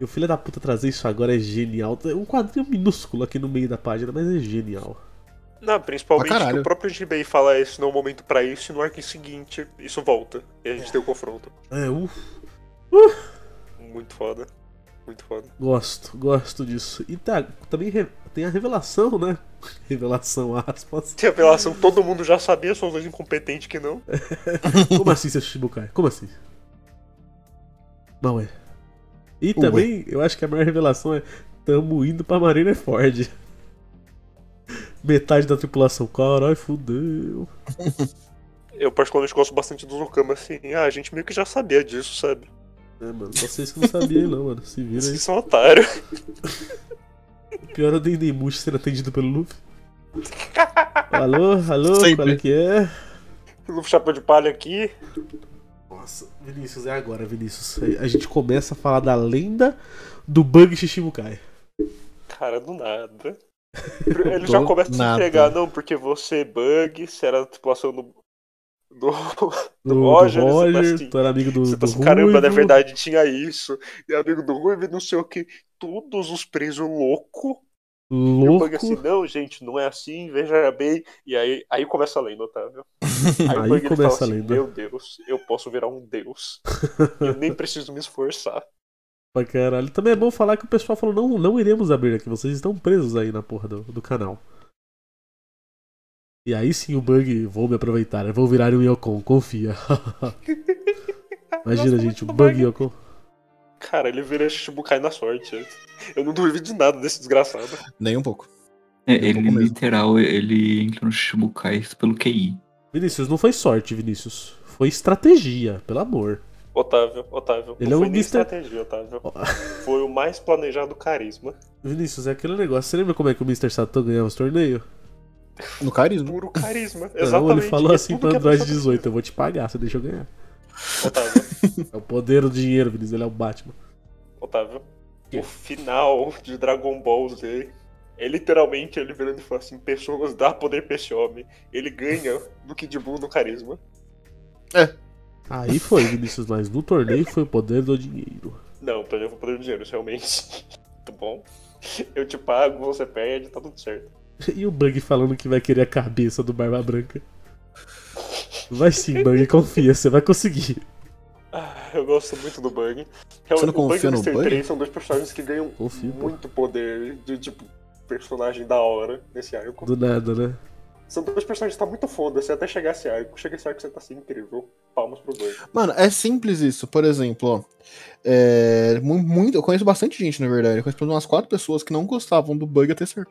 S2: E o filho da puta trazer isso agora é genial. É um quadrinho minúsculo aqui no meio da página, mas é genial.
S3: Não, principalmente
S4: Pra
S3: que
S4: caralho.
S3: o próprio Jinbei fala esse não é o momento pra isso, e no arco seguinte isso volta. E a gente tem o confronto.
S2: É, uff,
S3: Muito foda. Muito foda.
S2: gosto, gosto disso. E tá, também re- tem a revelação, né? Revelação, aspas.
S3: Tem revelação, todo mundo já sabia, são os dois incompetentes que não.
S2: Como assim, seu Shibukai? Como assim? Não é. E também, eu acho que a maior revelação é: tamo indo pra Marineford. Metade da tripulação, caralho, fudeu.
S3: Eu particularmente gosto bastante do Zukama, assim. Ah, a gente meio que já sabia disso, sabe?
S2: É, mano, vocês que não sabiam aí, não, mano. Se vira aí.
S3: Vocês são otários.
S2: Pior é o Dendemush sendo atendido pelo Luffy. Alô, alô,
S4: Sempre.
S2: qual é que é?
S3: No chapéu de palha aqui.
S2: Nossa, Vinícius, é agora, Vinícius. A gente começa a falar da lenda do Bug Shishibukai.
S3: Cara, do nada. Ele já começa a se entregar, não, porque você, é Bug, você era a tripulação do. do...
S2: Do, do
S3: Roger,
S2: Roger,
S3: Sebastião.
S2: tu era amigo do,
S3: você
S2: do
S3: tá assim, caramba, na
S2: Ruivo.
S3: verdade tinha isso. E amigo do Ruivo, e não sei o que. Todos os presos louco. E o Bug assim,
S2: Louco.
S3: não, gente, não é assim, veja bem. E aí, aí começa a lenda, Otávio. Aí,
S2: Aí
S3: o Bug ele fala
S2: começa a
S3: assim,
S2: lenda.
S3: meu Deus, eu posso virar um deus. eu nem preciso me esforçar.
S2: Pra caralho. Também é bom falar que o pessoal falou: não, não iremos abrir aqui, vocês estão presos aí na porra do, do canal. E aí sim o Bug, vou me aproveitar, eu vou virar um Yokon, confia. Imagina,
S3: Gosto
S2: gente,
S3: muito
S2: o
S3: do
S2: Bug
S3: Bug.
S2: Yokon.
S3: Cara, ele vira Shichibukai na sorte. Eu não duvido de nada desse desgraçado.
S4: Nem um pouco.
S5: É,
S4: Eu tô
S5: ele
S4: com medo.
S5: literal, ele entra no Shibukai pelo QI.
S2: Vinícius, não foi sorte, Vinícius. Foi estratégia, pelo amor.
S3: Otávio, Otávio.
S2: Ele é
S3: não foi
S2: um Mr.
S3: nem estratégia, Otávio. Foi o mais planejado carisma.
S2: Vinícius, é aquele negócio. Você lembra como é que o Mr. Satan ganhava os torneios?
S4: No carisma.
S3: Puro carisma.
S2: Não,
S3: Exatamente.
S2: ele falou
S3: É
S2: assim
S3: tudo
S2: pra
S3: que a
S2: Android
S3: pessoa
S2: 18, eu vou te pagar, você deixa eu ganhar.
S3: precisa. Otávio,
S2: É o poder do dinheiro, Vinícius, ele é o Batman.
S3: Otávio. O final de Dragon Ball Z é literalmente ele virando e falando assim: pessoas dá poder pra esse homem. Ele ganha do Kid Buu no carisma.
S2: Aí foi, Vinícius, mas no torneio foi o poder do dinheiro.
S3: Não, pra mim eu vou poder do dinheiro, isso realmente. Muito bom. Eu te pago, você perde, tá tudo certo.
S2: E o Bug falando que vai querer a cabeça do Barba Branca. Vai sim, Bug, confia, você vai conseguir.
S3: Ah, Eu gosto muito do Bug.
S4: Você
S3: o Bug e
S4: não confia
S3: o
S4: no
S3: Mr.
S4: Bug?
S3: 3 são dois personagens que ganham
S2: Confio, pô.
S3: muito poder de tipo personagem da hora nesse arco.
S2: Do nada, né?
S3: São dois personagens que tá muito foda, você até chegar esse arco. Chega esse arco, você tá assim incrível. Palmas pro Bug.
S4: Mano, é simples isso. Por exemplo, ó. é, mu- muito, eu conheço bastante gente, na verdade. Eu conheço pelo menos umas quatro pessoas que não gostavam do bug até cerco.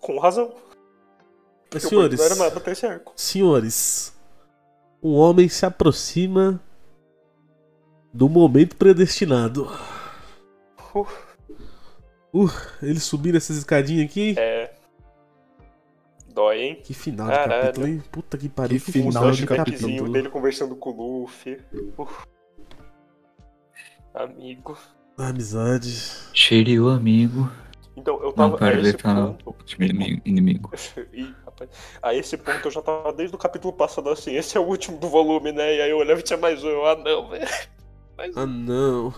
S3: Com razão.
S2: Mas,
S3: porque o Bug
S2: senhores,
S3: não é era nada até esse arco.
S2: senhores, um homem se aproxima do momento predestinado.
S3: Uh.
S2: Uh, ele subindo essas escadinhas aqui.
S3: É. Dói, hein?
S2: Que final
S3: Caralho.
S2: de capítulo, hein? Puta que pariu,
S4: Que
S2: que,
S4: final
S2: final
S4: de
S2: de
S3: capzinho
S2: capítulo.
S3: um dele conversando com o Luffy. Uf. Amigo.
S2: Amizade.
S5: Cheirei o amigo.
S3: Então, eu
S5: Não,
S3: tava. a
S5: pera, ele
S3: esse
S5: tá
S3: ponto-
S5: inimigo. inimigo.
S3: Ih, rapaz. A esse ponto eu já tava desde o capítulo passado assim, esse é o último do volume, né? E aí eu olhava e tinha mais um. Eu, Ah não, velho. Mais um.
S2: Ah não.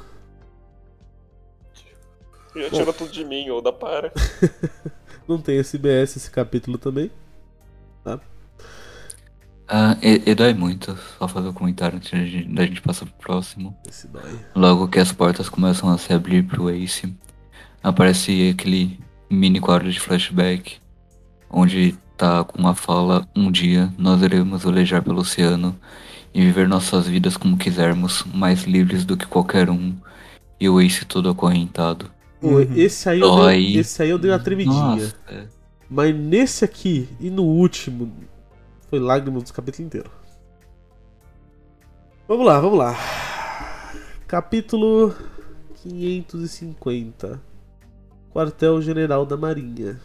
S3: Já tira tudo de mim, ou da para.
S2: Não tem SBS esse capítulo também.
S5: Ah, e, e dói muito. Só fazer o comentário antes da gente- da gente passar pro próximo.
S2: Esse dói.
S5: Logo que as portas começam a se abrir pro Ace, aparece aquele mini quadro de flashback, onde tá com uma fala: Um dia nós iremos velejar pelo oceano e viver nossas vidas como quisermos, mais livres do que qualquer um, e o Ace todo acorrentado.
S2: Pô,
S4: Uhum.
S2: esse, aí eu dei,
S5: Dói.
S2: esse aí eu dei uma tremidinha.
S5: é.
S2: Mas nesse aqui e no último, foi lágrima do capítulo inteiro. Vamos lá, vamos lá. Capítulo 550. Quartel-General da Marinha.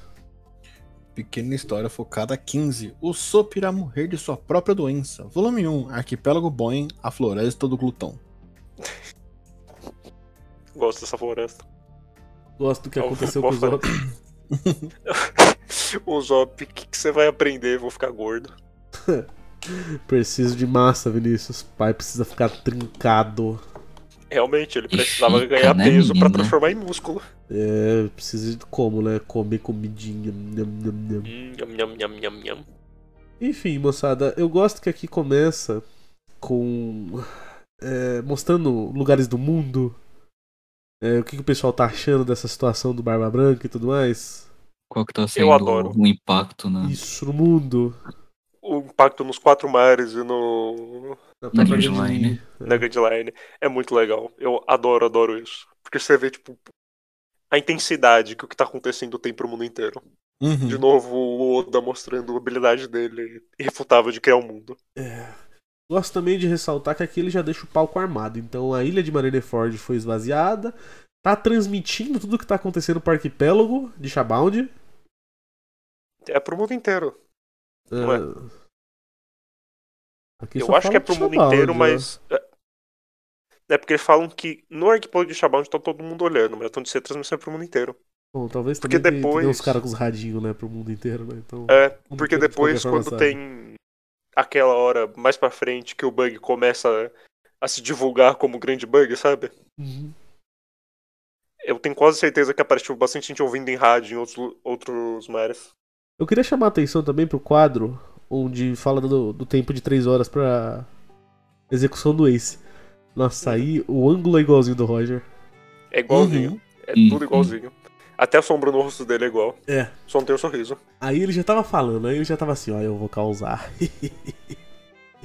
S4: Pequena história focada 15. O Sop irá morrer de sua própria doença. Volume 1. Arquipélago Boeing, a floresta do glutão.
S3: Gosto dessa floresta.
S2: Gosto do que
S3: Eu
S2: aconteceu com
S3: vou
S2: os
S3: falar-
S2: outros.
S3: Ô Zop, o que que você vai aprender? Vou ficar gordo.
S2: Preciso de massa, Vinícius. Pai precisa ficar trincado.
S3: Realmente, ele
S5: E
S3: precisava
S5: fica,
S3: ganhar
S5: né,
S3: peso pra
S5: menina?
S3: transformar em músculo.
S2: É, precisa de como, né? Comer comidinha. nham, nham, nham.
S3: Hum, nham, nham, nham, nham, nham.
S2: Enfim, moçada, eu gosto que aqui começa com. é, mostrando lugares do mundo. é, o que, que o pessoal tá achando dessa situação do Barba Branca e tudo mais.
S5: Qual que tá sendo
S3: adoro.
S5: o impacto né? na,
S2: Isso no mundo.
S3: O impacto nos quatro mares e no.
S2: Na
S5: na
S2: propaganda de-
S5: Ridgeline?
S3: na guideline. É muito legal. Eu adoro, adoro isso. Porque você vê, tipo, a intensidade que o que tá acontecendo tem pro mundo inteiro.
S4: Uhum.
S3: De novo, o Oda mostrando a habilidade dele irrefutável de criar o mundo.
S2: Gosto também de ressaltar que aqui ele já deixa o palco armado. Então a ilha de Marineford foi esvaziada. Tá transmitindo tudo o que tá acontecendo pro arquipélago de Shabound.
S3: É pro mundo inteiro. Não é?
S2: Ah, aqui
S3: eu
S2: só
S3: acho que é
S2: fala
S3: pro
S2: de
S3: mundo
S2: Shabound,
S3: inteiro,
S2: né?
S3: mas. É é porque eles falam que no arquipélago de Shabound tá todo mundo olhando, mas então de ser transmissão é pro mundo inteiro.
S2: Bom, talvez
S3: porque
S2: também tem- tem
S3: depois-
S2: uns caras com os radinhos, né, pro mundo inteiro, né? Então,
S3: É,
S2: o mundo
S3: Porque
S2: inteiro, de qualquer
S3: depois,
S2: forma,
S3: quando
S2: sabe.
S3: tem aquela hora mais pra frente que o bug começa a se divulgar como grande bug, sabe?
S2: Uhum.
S3: Eu tenho quase certeza que apareceu bastante gente ouvindo em rádio em outros, lu- outros mares.
S2: Eu queria chamar a atenção também pro quadro onde fala do, do tempo de 3 horas pra execução do Ace. Nossa, aí o ângulo é igualzinho do Roger.
S3: É igualzinho.
S4: Uhum.
S3: É
S5: Uhum.
S3: tudo igualzinho. Até a sombra no rosto dele é igual.
S2: É.
S3: Só não tem o sorriso.
S2: Aí ele já tava falando, aí ele já tava assim, ó, eu vou causar.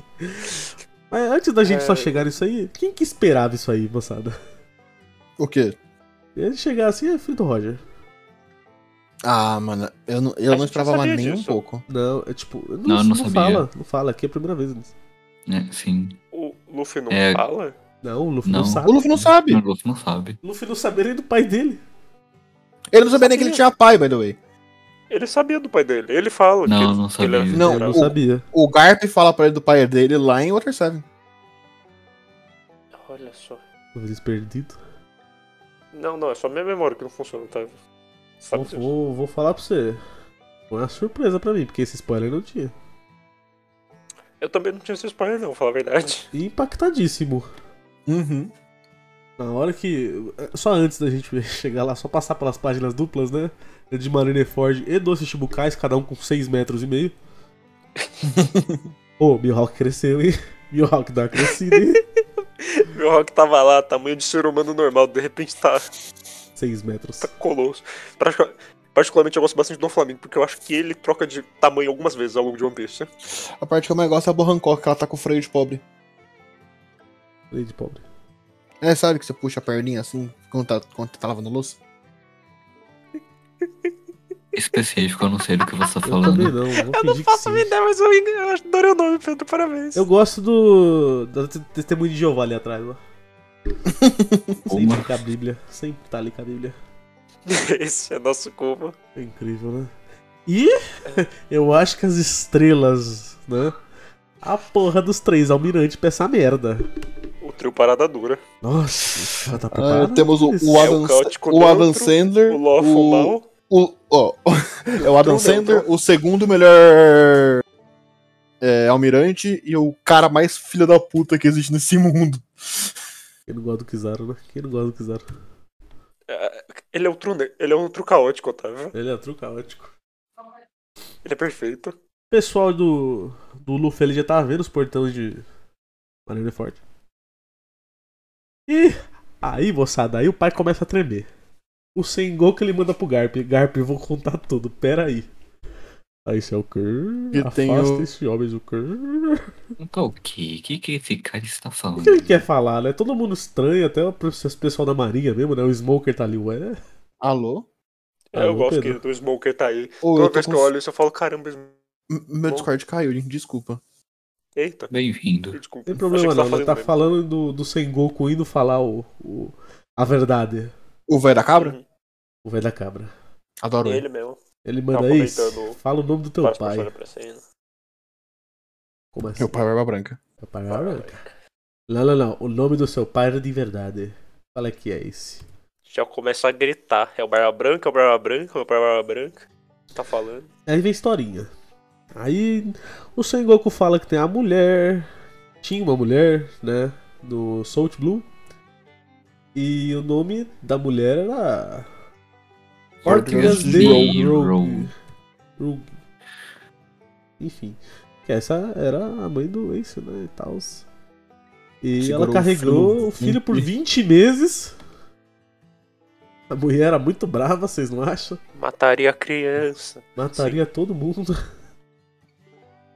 S2: Mas antes da gente
S3: É.
S2: só chegar nisso aí, quem que esperava isso aí, moçada?
S4: O quê?
S2: Ele chegar assim, é filho do Roger.
S4: Ah, mano, eu não,
S3: A
S4: eu não
S3: gente já
S4: esperava
S3: sabia
S4: nem um
S3: disso.
S4: pouco.
S2: Não, é tipo, não,
S5: Não, eu não sabia.
S2: fala, não fala, aqui é a primeira vez.
S5: É, sim.
S3: O Luffy não
S5: É.
S3: fala?
S2: Não, o Luffy não,
S5: Não.
S3: Ah,
S2: sabe.
S4: O Luffy não sabe.
S5: O Luffy não sabe.
S2: O Luffy não sabia nem do pai dele.
S4: Ele não sabia nem que ele tinha pai, by the way.
S3: Ele sabia do pai dele. Ele fala
S5: Não,
S3: que
S5: não
S3: ele, que ele é
S5: sabia.
S4: Não,
S2: Ele não
S4: o-
S2: sabia.
S4: O Garp fala pra ele do pai dele lá em Water 7.
S3: Olha só.
S2: Talvez perdido.
S3: Não, não, é só minha memória que não funciona, tá? Sabe
S2: Vou,
S3: disso.
S2: vou, vou falar pra você. Foi uma surpresa pra mim, porque esse spoiler não tinha.
S3: Eu também não tinha esse spoiler, não, pra falar a verdade.
S2: E impactadíssimo.
S4: Uhum.
S2: Na hora que. Só antes da gente chegar lá, só passar pelas páginas duplas, né? De Marineford e doce Chibucais, cada um com 6 metros e meio. Ô, Mihawk cresceu, hein? Mihawk dá uma crescida, hein?
S3: Meu Rock tava lá, tamanho de ser humano normal, de repente tá,
S2: 6 metros.
S3: tá colosso. Pratica- Particularmente eu gosto bastante do Flamengo, porque eu acho que ele troca de tamanho algumas vezes ao longo de One Piece.
S4: A parte que eu mais gosto é a Bohancock, que ela tá com o freio de pobre.
S2: Falei de pobre.
S4: É, sabe que você puxa a perninha assim, quando tá, quando tá lavando louça?
S5: Específico, eu não sei do que você tá
S2: Eu também
S5: falando.
S2: não, eu vou fingir que sim.
S3: ideia, mas eu, eu adorei o nome, Pedro, parabéns.
S2: Eu gosto do. da te- testemunho de Jeová ali atrás, ó. Sempre tá
S5: Uma.
S2: com a Bíblia. Sempre tá ali com a Bíblia.
S3: Esse é nosso Kuma.
S2: É incrível, né? E eu acho que as estrelas, né? A porra dos três almirantes pra essa merda.
S3: O trio Parada Dura.
S2: Nossa, ela tá
S4: Ah,
S2: preparada?
S4: temos o, o
S2: É
S4: Adam,
S3: o um caótico
S4: o Adam
S3: neutro,
S4: Sandler,
S3: O Lawful
S4: o,
S3: Mal.
S4: o, ó, é o Adam
S3: Tudo
S4: Sandler,
S3: neutro.
S4: o segundo melhor é, almirante e o cara mais filho da puta que existe nesse mundo.
S2: Quem não gosta do Kizaru, né? Quem não gosta do Kizaru?
S3: É, Ele é, o tru, ne- ele é um tru caótico, Otávio.
S2: Ele é tru caótico.
S3: Ele é perfeito.
S2: O pessoal do, do Luffy ele já tava vendo os portões de Marineford. E aí, moçada, aí o pai começa a tremer. O Sengoku ele manda pro Garp. Garp, eu vou contar tudo, peraí. Aí isso é o quê?
S4: E
S2: Afasta
S4: tem o-
S2: esse homem do quê?
S5: Tá o quê? O que que esse cara está
S2: O
S5: falando?
S2: que ele quer falar, né? Todo mundo estranho, até o pessoal da marinha mesmo, né? O Smoker tá ali, ué.
S4: Alô?
S3: É, eu
S2: Alô,
S3: gosto
S2: Pedro?
S3: que o Smoker tá aí.
S4: Ô,
S3: Toda
S4: eu tô
S3: vez
S4: com...
S3: que eu olho isso, eu falo, caramba, Sm-
S4: M- Meu Discord caiu, gente, desculpa.
S3: eita.
S5: Bem-vindo.
S3: Desculpa.
S2: Não tem problema
S3: Achei
S2: não,
S3: que você tava
S2: né? Tá
S3: fazendo
S2: falando do, do Sengoku indo falar o, o- a verdade,
S4: O velho da cabra?
S3: mesmo.
S2: o velho da cabra.
S4: Adoro
S3: Uhum.
S4: ele.
S3: Ele mesmo.
S2: Ele
S3: Tá
S2: manda isso,
S3: comentando
S2: fala o nome do teu
S3: Faz
S2: pai.
S3: passar pra cena.
S2: Como assim?
S4: Meu pai é barba branca.
S2: Teu pai é branco? Não, não, não. O nome do seu pai era de verdade. Fala que é esse.
S3: Já começa a gritar. É o Barba Branca, é o Barba Branca, é o Barba Branca. Tá falando.
S2: Aí vem a historinha. Aí o Sengoku fala que tem a mulher. Tinha uma mulher, né? No Salt Blue. E o nome da mulher era. Orcas
S5: Orcas
S2: de
S5: de
S2: Rogue. Rogue. Enfim. Que essa era a mãe do Ace, né? E tal. E
S4: Segurou
S2: ela
S4: o
S2: carregou
S4: filho.
S2: o filho por 20 meses. A mulher era muito brava, vocês não acham?
S3: Mataria a criança.
S2: Mataria todo mundo.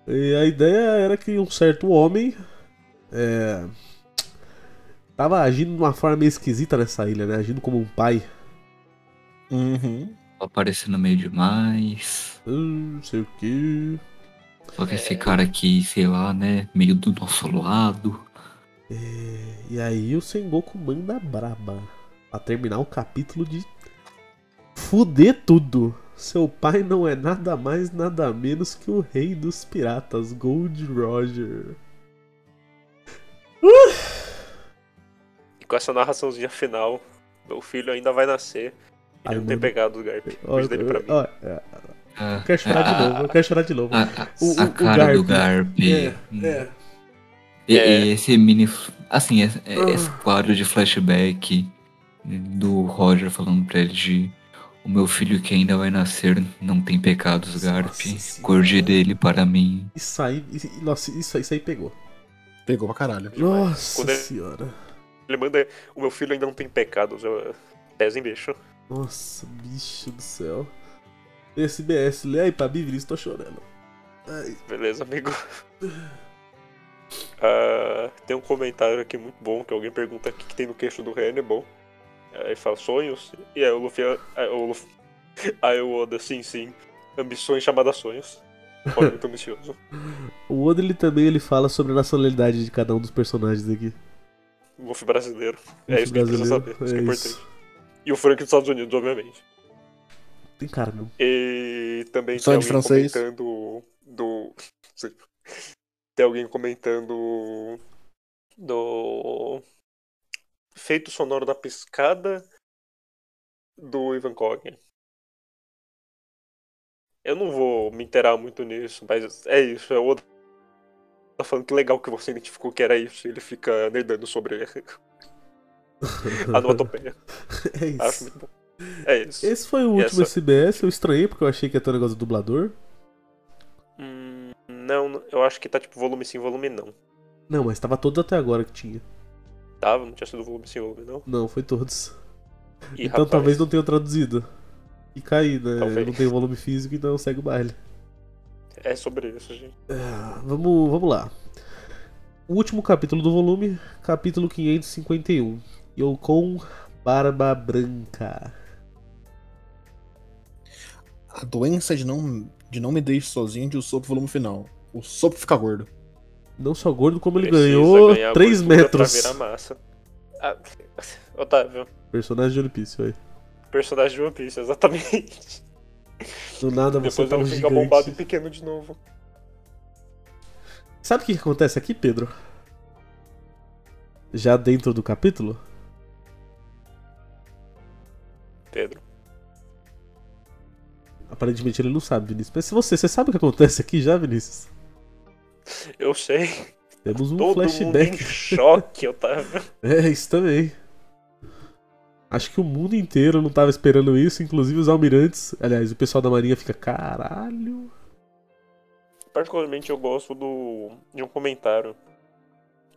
S2: E a ideia era que um certo homem. É, Tava agindo de uma forma meio esquisita nessa ilha, né? Agindo como um pai.
S4: Uhum.
S5: Aparecendo meio demais.
S2: Hum, não sei o que.
S5: Só
S2: É.
S5: que esse cara aqui, sei lá, né? Meio do nosso lado.
S2: É, E aí o Sengoku manda braba. Pra terminar o capítulo de. Fuder tudo! Seu pai não é nada mais, nada menos que o rei dos piratas, Gold Roger.
S3: E com essa narraçãozinha final, meu filho ainda vai nascer. E
S2: Ai,
S3: não ter
S2: mano.
S3: pegado o Garp.
S2: Ó,
S3: Cuida dele pra mim.
S2: ó, é,
S5: Ah,
S2: eu quero chorar de novo, eu quero chorar de novo.
S5: A, a-
S2: O-
S5: a
S2: o- o
S5: cara do
S2: Garp.
S5: Garp. Hum.
S2: É, é.
S5: E-
S3: É.
S5: e esse mini. Assim, é- é- esse
S2: Ah.
S5: quadro de flashback do Roger falando pra ele de. O meu filho que ainda vai nascer não tem pecados,
S2: Nossa
S5: Garp.
S2: senhora.
S5: Cordi dele para mim.
S2: Isso aí, isso- nossa, isso, aí- isso aí pegou.
S4: Pegou pra caralho.
S3: Demais.
S2: Nossa
S3: Quando ele-
S2: senhora.
S3: Ele manda. O meu filho ainda não tem pecados. Eu... Pés em bicho.
S2: Nossa, bicho do céu. Esse BS, lê aí pra mim, Vinícius, tô chorando. Ai,
S3: Beleza, amigo? Ah, tem um comentário aqui muito bom que alguém pergunta o que, que tem no queixo do Hannibal. Aí fala sonhos. E aí o Luffy. Aí o, Luffy, aí o Oda, sim, sim. Ambições chamadas sonhos. Olha, muito ambicioso.
S2: o Oda ele também ele fala sobre a nacionalidade de cada um dos personagens aqui.
S3: Luffy brasileiro. é isso que a gente
S2: Brasileiro,
S3: precisa saber. Isso que é
S2: é
S3: importante.
S2: isso.
S3: E o Frank dos Estados Unidos, obviamente.
S2: Tem cara, não.
S3: E também
S4: Sonho
S3: tem
S4: de
S3: alguém
S4: francês.
S3: comentando do. Sim. Tem alguém comentando do. Feito sonoro da piscada do Ivan Kogan. Eu não vou me inteirar muito nisso, mas é isso, é o Oda Tá falando que legal que você identificou que era isso, e ele fica nerdando sobre a onomatopeia.
S2: é
S3: Acho
S2: isso.
S3: muito bom. É isso.
S2: Esse foi o
S3: E
S2: último
S3: essa-
S2: SBS, eu estranhei porque eu achei que ia ter um negócio do dublador.
S3: Hum, não, eu acho que tá tipo volume sim, volume não.
S2: Não, mas tava todos até agora que tinha.
S3: Tava, não tinha sido volume sim, volume não.
S2: Não, foi todos.
S3: Ih,
S2: então
S3: rapaz,
S2: talvez não tenha traduzido. E caí, né?
S3: Talvez.
S2: Não tem volume físico, então segue o baile.
S3: É sobre isso, gente.
S2: Ah, Vamos, vamos lá. O último capítulo do volume, capítulo 551. Yokon Barba Branca.
S4: A doença de não, de não me deixe sozinho de o sopro volume final. O sopro fica gordo.
S2: Não só gordo, como ele
S3: Precisa
S2: ganhou
S3: ganhar
S2: 3
S3: gordura
S2: metros.
S3: Pra virar massa. Ah, Otávio,
S2: Personagem de One Piece, vai.
S3: personagem de One Piece, exatamente.
S2: Do nada você
S3: Depois
S2: tá um
S3: ele fica
S2: gigante.
S3: bombado e pequeno de novo.
S2: Sabe o que que acontece aqui, Pedro? Já dentro do capítulo?
S3: Pedro.
S2: Aparentemente ele não sabe, Vinícius. Mas se você, você sabe o que acontece aqui já, Vinícius?
S3: Eu sei.
S2: Temos um
S3: Todo mundo em
S2: flashback.
S3: choque, Otávio.
S2: É, isso também. Acho que o mundo inteiro não tava esperando isso, inclusive os almirantes. Aliás, o pessoal da marinha fica, caralho.
S3: Particularmente eu gosto do de um comentário.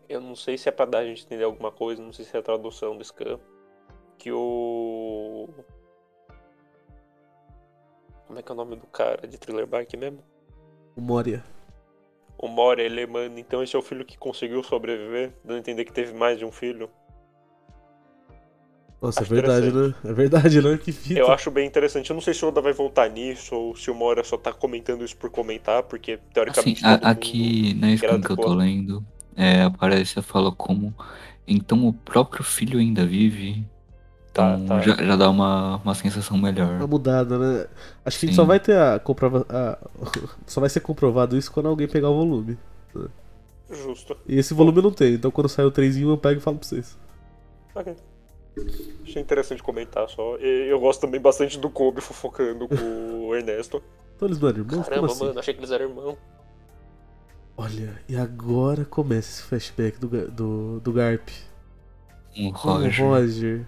S3: Eu não sei se é pra dar a gente entender alguma coisa, não sei se é a tradução do Scan. Que o. Como é que é o nome do cara de Thriller Bark mesmo?
S2: O Moria.
S3: O Mori, ele manda, então esse é o filho que conseguiu sobreviver, dando a entender que teve mais de um filho.
S2: Nossa,
S3: Acho
S2: é verdade, né? É verdade, né? Que fita.
S3: Eu acho bem interessante. Eu não sei se o Oda vai voltar nisso, ou se o Mori só tá comentando isso por comentar, porque
S5: Assim,
S3: teoricamente.
S5: a-
S3: todo mundo-
S5: aqui na scan que eu tô
S3: graduou.
S5: lendo, é, aparece a fala como então o próprio filho ainda vive.
S3: Tá,
S5: Então
S3: tá.
S5: Já, já dá uma, uma sensação
S2: Uma
S5: melhor.
S2: mudada, né? Acho que a gente
S5: Sim.
S2: só vai ter a comprova... a- Só vai ser comprovado isso quando alguém pegar o volume.
S3: Justo.
S2: E esse volume eu não tem, então quando sair o 3 eu pego e falo pra vocês.
S3: Ok. Achei interessante comentar só. E eu gosto também bastante do Kobe fofocando com o Ernesto.
S2: Então eles não eram irmãos?
S3: Caramba,
S2: Como assim?
S3: mano, achei que eles eram irmãos.
S2: Olha, e agora começa esse flashback do, Ga- do, do Garp.
S5: Um
S2: Com o
S5: Roger.
S2: Roger.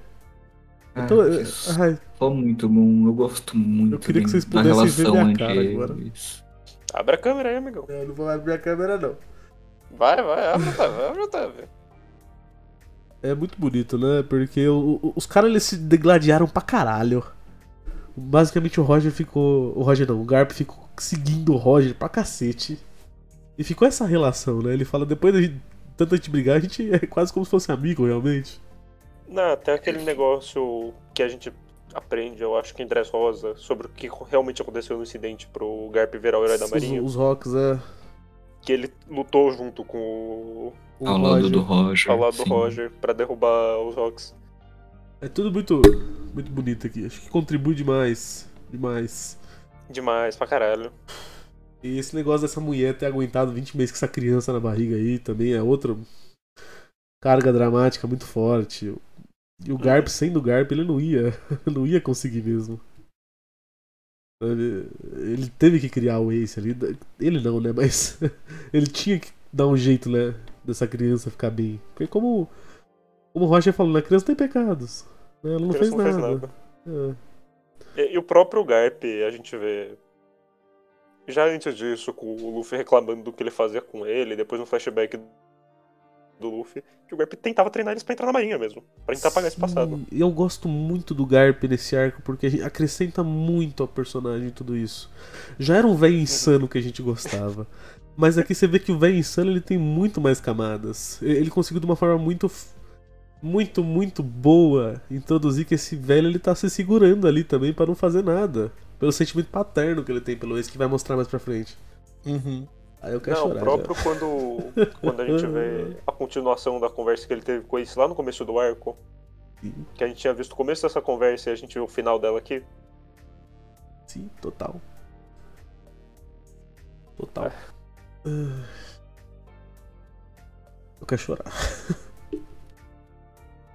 S5: Ah,
S2: Então, eu-
S5: que só
S2: ai,
S5: muito bom. Eu gosto muito
S2: Eu queria que
S5: de-
S2: vocês
S5: da
S2: pudessem ver
S5: relação
S2: minha
S5: entre
S2: cara agora.
S5: eles.
S3: Abre a câmera aí, amigão.
S2: Não, não vou abrir a câmera, não.
S3: Vai, vai, abre, Otávio, abre, tá Otávio.
S2: É muito bonito, né? Porque o- o- os caras eles se degladiaram pra caralho. Basicamente o Roger ficou. O Roger não, o Garp ficou seguindo o Roger pra cacete. E ficou essa relação, né? Ele fala, depois de tanto a gente brigar, a gente é quase como se fosse amigo, realmente.
S3: Não, até aquele negócio que a gente aprende, eu acho que em Dress Rosa, sobre o que realmente aconteceu no incidente pro Garp virar o herói da
S2: Os-
S3: Marinha.
S2: Os, rocks, é.
S3: Que ele lutou junto com o
S2: o
S5: Ao lado
S2: Roger.
S5: do Roger.
S3: ao lado do
S5: sim.
S3: Roger pra derrubar os Rocks.
S2: É tudo muito, muito bonito aqui. Acho que contribui demais. Demais.
S3: Demais, pra caralho.
S2: E esse negócio dessa mulher ter aguentado 20 meses com essa criança na barriga aí também é outra carga dramática muito forte. E
S3: Uhum.
S2: o Garp, sendo o Garp, ele não ia. Não ia conseguir mesmo. Ele, ele teve que criar o Ace ali. Ele não, né? Mas ele tinha que dar um jeito, né? Dessa criança ficar bem. Porque como, como o Roger falou, né? a criança tem pecados. né? Ela não,
S3: Criança
S2: fez,
S3: não fez
S2: nada.
S3: nada.
S2: É.
S3: E, e o próprio Garp, a gente vê. Já antes disso, com o Luffy reclamando do que ele fazia com ele, depois no flashback do Luffy, que o Garp tentava treinar eles pra entrar na marinha mesmo. tá Pra tentar apagar esse
S2: Sim,
S3: passado.
S2: e Hum, Eu gosto muito do Garp nesse arco, porque a gente acrescenta muito ao personagem tudo isso. Já era um velho insano que a gente gostava. Mas aqui você vê que o velho insano ele tem muito mais camadas. E- Ele conseguiu de uma forma muito. f- Muito, muito boa introduzir que esse velho ele tá se segurando ali também pra não fazer nada. Pelo sentimento paterno que ele tem pelo ex, que vai mostrar mais pra frente.
S4: Uhum.
S2: Aí eu quero
S3: Não,
S2: chorar.
S3: o
S2: já.
S3: próprio quando, quando a gente vê a continuação da conversa que ele teve com esse lá no começo do arco.
S2: Sim.
S3: Que a gente tinha visto o começo dessa conversa e a gente viu o final dela aqui.
S2: Sim, total.
S3: É.
S2: Total. Ah. Eu quero chorar.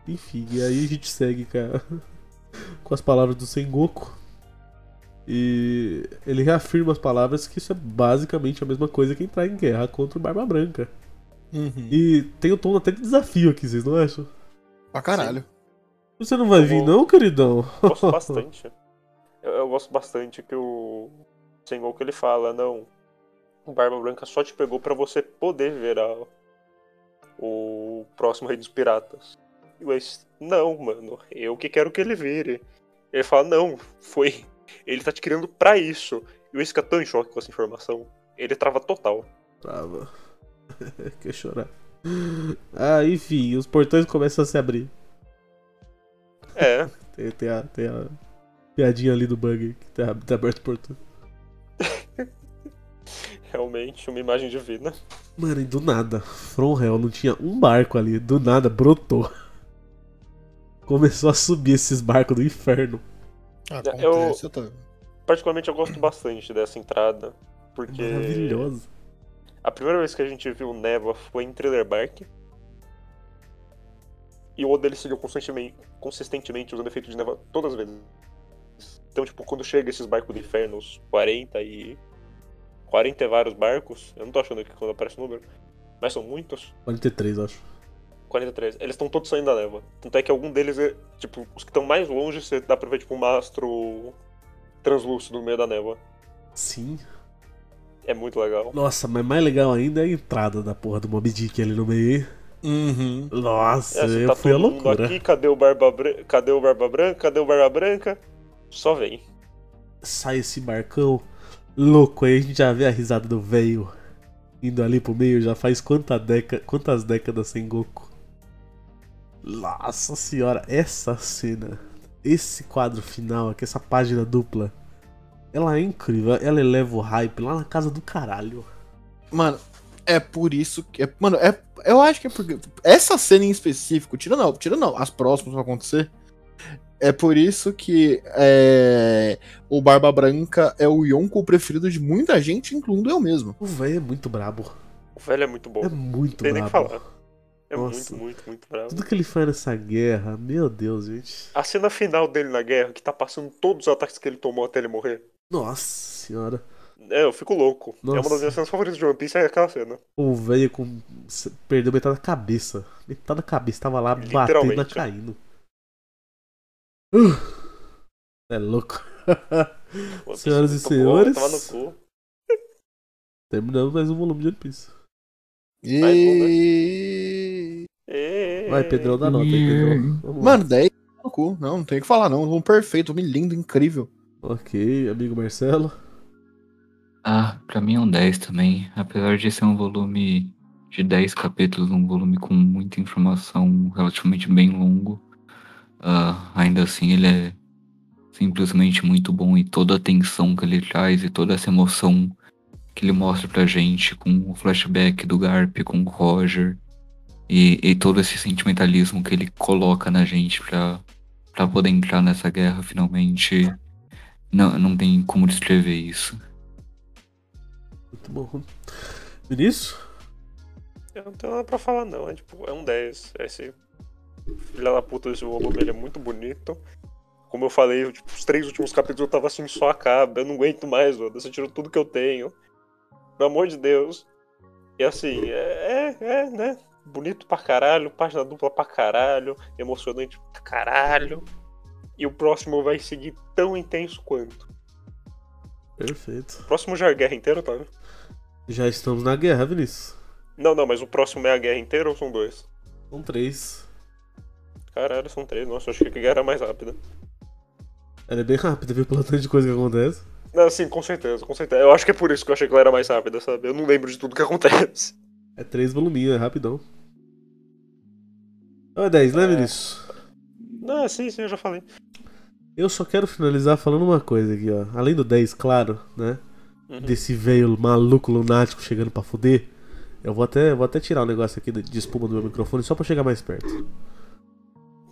S2: Enfim, e aí a gente segue com, a- com as palavras do Sengoku. E ele reafirma as palavras que isso é basicamente a mesma coisa que entrar em guerra contra o Barba Branca.
S4: Uhum.
S2: E tem o tom até de desafio aqui, vocês não acham?
S4: Pra caralho.
S2: Você não vai
S3: Eu
S2: vir
S3: vou-
S2: não, queridão?
S3: Eu Tá gosto bastante. Eu, eu gosto bastante que o Sengoku ele fala, não, o Barba Branca só te pegou pra você poder ver a- o próximo Rei dos Piratas. E o Ace, não, mano, eu que quero que ele vire. Ele fala, não, foi. Ele tá te criando pra isso. E o Ace fica tão em choque com essa informação. Ele trava total.
S2: Trava. Quer chorar. Ah, enfim, os portões começam a se abrir.
S3: É,
S2: Tem, tem a, tem a piadinha ali do bug que tá, tá aberto o portão.
S3: realmente, uma imagem divina.
S2: Mano, e do nada, From Hell não tinha um barco ali, do nada brotou. Começou a subir esses barcos do inferno.
S4: Acontece, tá.
S3: Particularmente eu gosto bastante dessa entrada. Porque.
S2: Maravilhoso.
S3: A primeira vez que a gente viu Neva foi em Thriller Bark. E o Oda ele seguiu consistentemente, consistentemente usando efeito de neva todas as vezes. Então, tipo, quando chega esses barcos do inferno, os 40 e. 40 e vários barcos, eu não tô achando aqui quando aparece o número, mas são muitos.
S2: 43, eu acho.
S3: 43. Eles estão todos saindo da neva. Tanto é que algum deles é. Tipo, os que estão mais longe, você dá pra ver, tipo, um mastro translúcido no meio da neva.
S2: Sim.
S3: É muito legal.
S2: Nossa, mas mais legal ainda é a entrada da porra do Mob Dick ali no meio.
S4: Uhum.
S2: Nossa,
S3: É,
S2: eu
S3: tá
S2: fui a
S3: todo mundo
S2: loucura.
S3: aqui, cadê o Barba Branca? Cadê o Barba Branca? Cadê o Barba Branca? Só vem.
S2: sai esse barcão louco aí, a gente já vê a risada do velho indo ali pro meio, já faz quanta deca, quantas décadas sem Goku. Nossa senhora, essa cena, esse quadro final aqui, essa página dupla, ela é incrível, ela eleva o hype lá na casa do caralho.
S4: Mano, é por isso que. é- mano, é, eu acho que é porque. Essa cena em específico, tira não, tira não, as próximas vão acontecer. É por isso que é, o Barba Branca é o Yonko preferido de muita gente, incluindo eu mesmo.
S2: O velho é muito brabo,
S3: O velho é muito bom.
S2: é
S3: Não
S2: muito
S3: tem nem o que
S2: brabo.
S3: falar. É
S2: Nossa.
S3: muito, muito, muito bravo.
S2: Tudo que ele faz nessa guerra, meu Deus, gente.
S3: A cena final dele na guerra, que tá passando todos os ataques que ele tomou até ele morrer.
S2: Nossa senhora.
S3: É, eu fico louco. É uma
S2: Nossa.
S3: das minhas cenas favoritas de One Piece, é aquela cena.
S2: O velho com... se- perdeu metade da cabeça. Metade da cabeça tava lá batendo,
S3: Literalmente. né?
S2: na- caindo. Uh, é louco.
S3: One Piece
S2: Senhoras
S3: é
S2: e
S3: muito bom, vai tomar
S2: senhores.
S3: no cu.
S2: Terminamos mais um volume de One Piece.
S4: E...
S3: É.
S2: Vai, Pedrão, dá nota aí, Pedrão. Vamos lá.
S4: Mano, 10 no cu. Não, não tem o que falar, não. Um perfeito, um lindo, incrível.
S2: Ok, amigo Marcelo.
S5: Ah, pra mim é um 10 também. Apesar de ser um volume de 10 capítulos, um volume com muita informação, relativamente bem longo. Ah, ainda assim, ele é simplesmente muito bom e toda a tensão que ele traz e toda essa emoção que ele mostra pra gente com o flashback do Garp, com o Roger e, e todo esse sentimentalismo que ele coloca na gente pra, pra poder entrar nessa guerra finalmente. Não, não tem como descrever isso.
S2: Muito bom. Vinícius?
S3: Eu não tenho nada pra falar, não. É tipo, é um 10. Esse filha da puta desse Wolverine, ele é muito bonito. Como eu falei, tipo, os três últimos capítulos eu tava assim, só acaba. Eu não aguento mais, mano. Você tirou tudo que eu tenho. Pelo amor de Deus. E assim, é, é, é, né? Bonito pra caralho, página dupla pra caralho, emocionante pra caralho. E o próximo vai seguir tão intenso quanto.
S2: Perfeito.
S3: O próximo já é a guerra inteira, tá? né?
S2: Já estamos na guerra, Vinícius.
S3: Não, não, mas o próximo é a guerra inteira ou são dois?
S2: São três.
S3: Caralho, são três. Nossa, eu achei que a guerra era mais rápida.
S2: Ela é bem rápida, viu? Pelo tanto de coisa que acontece.
S3: Não, sim, com certeza, com certeza. Eu acho que é por isso que eu achei que ela era mais rápida, sabe? Eu não lembro de tudo que acontece.
S2: É três voluminhos, é rapidão. Então é 10, né,
S3: É.
S2: Vinícius?
S3: Não, é, sim, sim, eu já falei.
S2: Eu só quero finalizar falando uma coisa aqui, ó. Além do 10, claro, né?
S3: Uhum.
S2: Desse velho maluco lunático chegando pra fuder. Eu vou até, vou até tirar o negócio aqui de de espuma do meu microfone só pra chegar mais perto.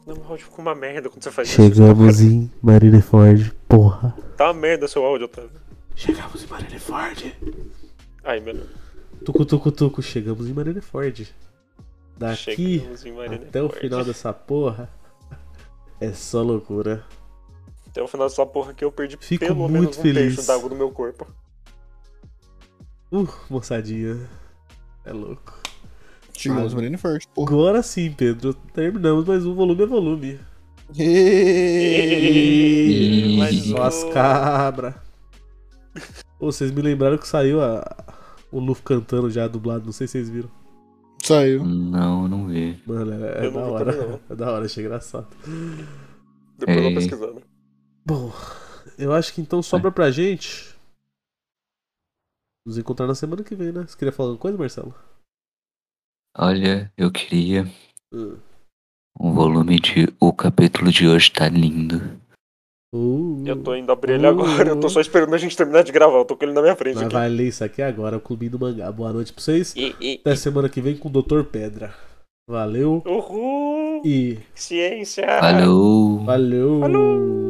S3: Não, o áudio ficou uma merda quando você faz
S2: Chegamos em Marineford, porra.
S3: isso. Tá uma merda seu áudio, Otávio.
S2: Chegamos em Marineford.
S3: Ai, melhor.
S2: Tucu, tucu, tucu, chegamos em Marineford. Daqui
S3: Chegamos em Marineford.
S2: até o final dessa porra é só loucura.
S3: Até o final dessa porra aqui eu perdi
S2: Fico
S3: pelo
S2: muito
S3: menos um
S2: feliz.
S3: terço d'água do meu corpo.
S2: Uh, moçadinha. É louco.
S4: Chegamos no Marineford, porra.
S2: Agora sim, Pedro. Terminamos mais um volume a volume.
S3: Ih,
S5: mas
S2: Só as
S3: o-
S2: cabra. Ô, vocês me lembraram que saiu a... o Luffy cantando já dublado, não sei se vocês viram.
S4: Saiu.
S5: Não, não vi.
S2: Mano, é, é
S3: Eu
S2: da
S3: não vi
S2: hora.
S3: também,
S2: É da hora, achei engraçado.
S3: Depois eu
S5: Ei.
S3: vou pesquisando.
S2: Bom, eu acho que então
S3: É.
S2: sobra pra gente. Nos encontrar na semana que vem, né? Você queria falar alguma coisa, Marcelo?
S5: Olha, eu queria.
S2: Ah.
S5: O volume de. O capítulo de hoje tá lindo.
S2: Uh,
S3: Eu tô indo abrir ele agora, eu tô só esperando a gente terminar de gravar. Eu tô com ele na minha frente
S2: Mas
S3: aqui.
S2: vai ler isso aqui agora, o clubinho do mangá. Boa noite pra vocês.
S3: E, e...
S2: Até semana que vem com o Dr. Pedra. Valeu
S3: Uhul!
S2: e
S3: Ciência!
S5: Falou!
S2: valeu!
S3: Falou!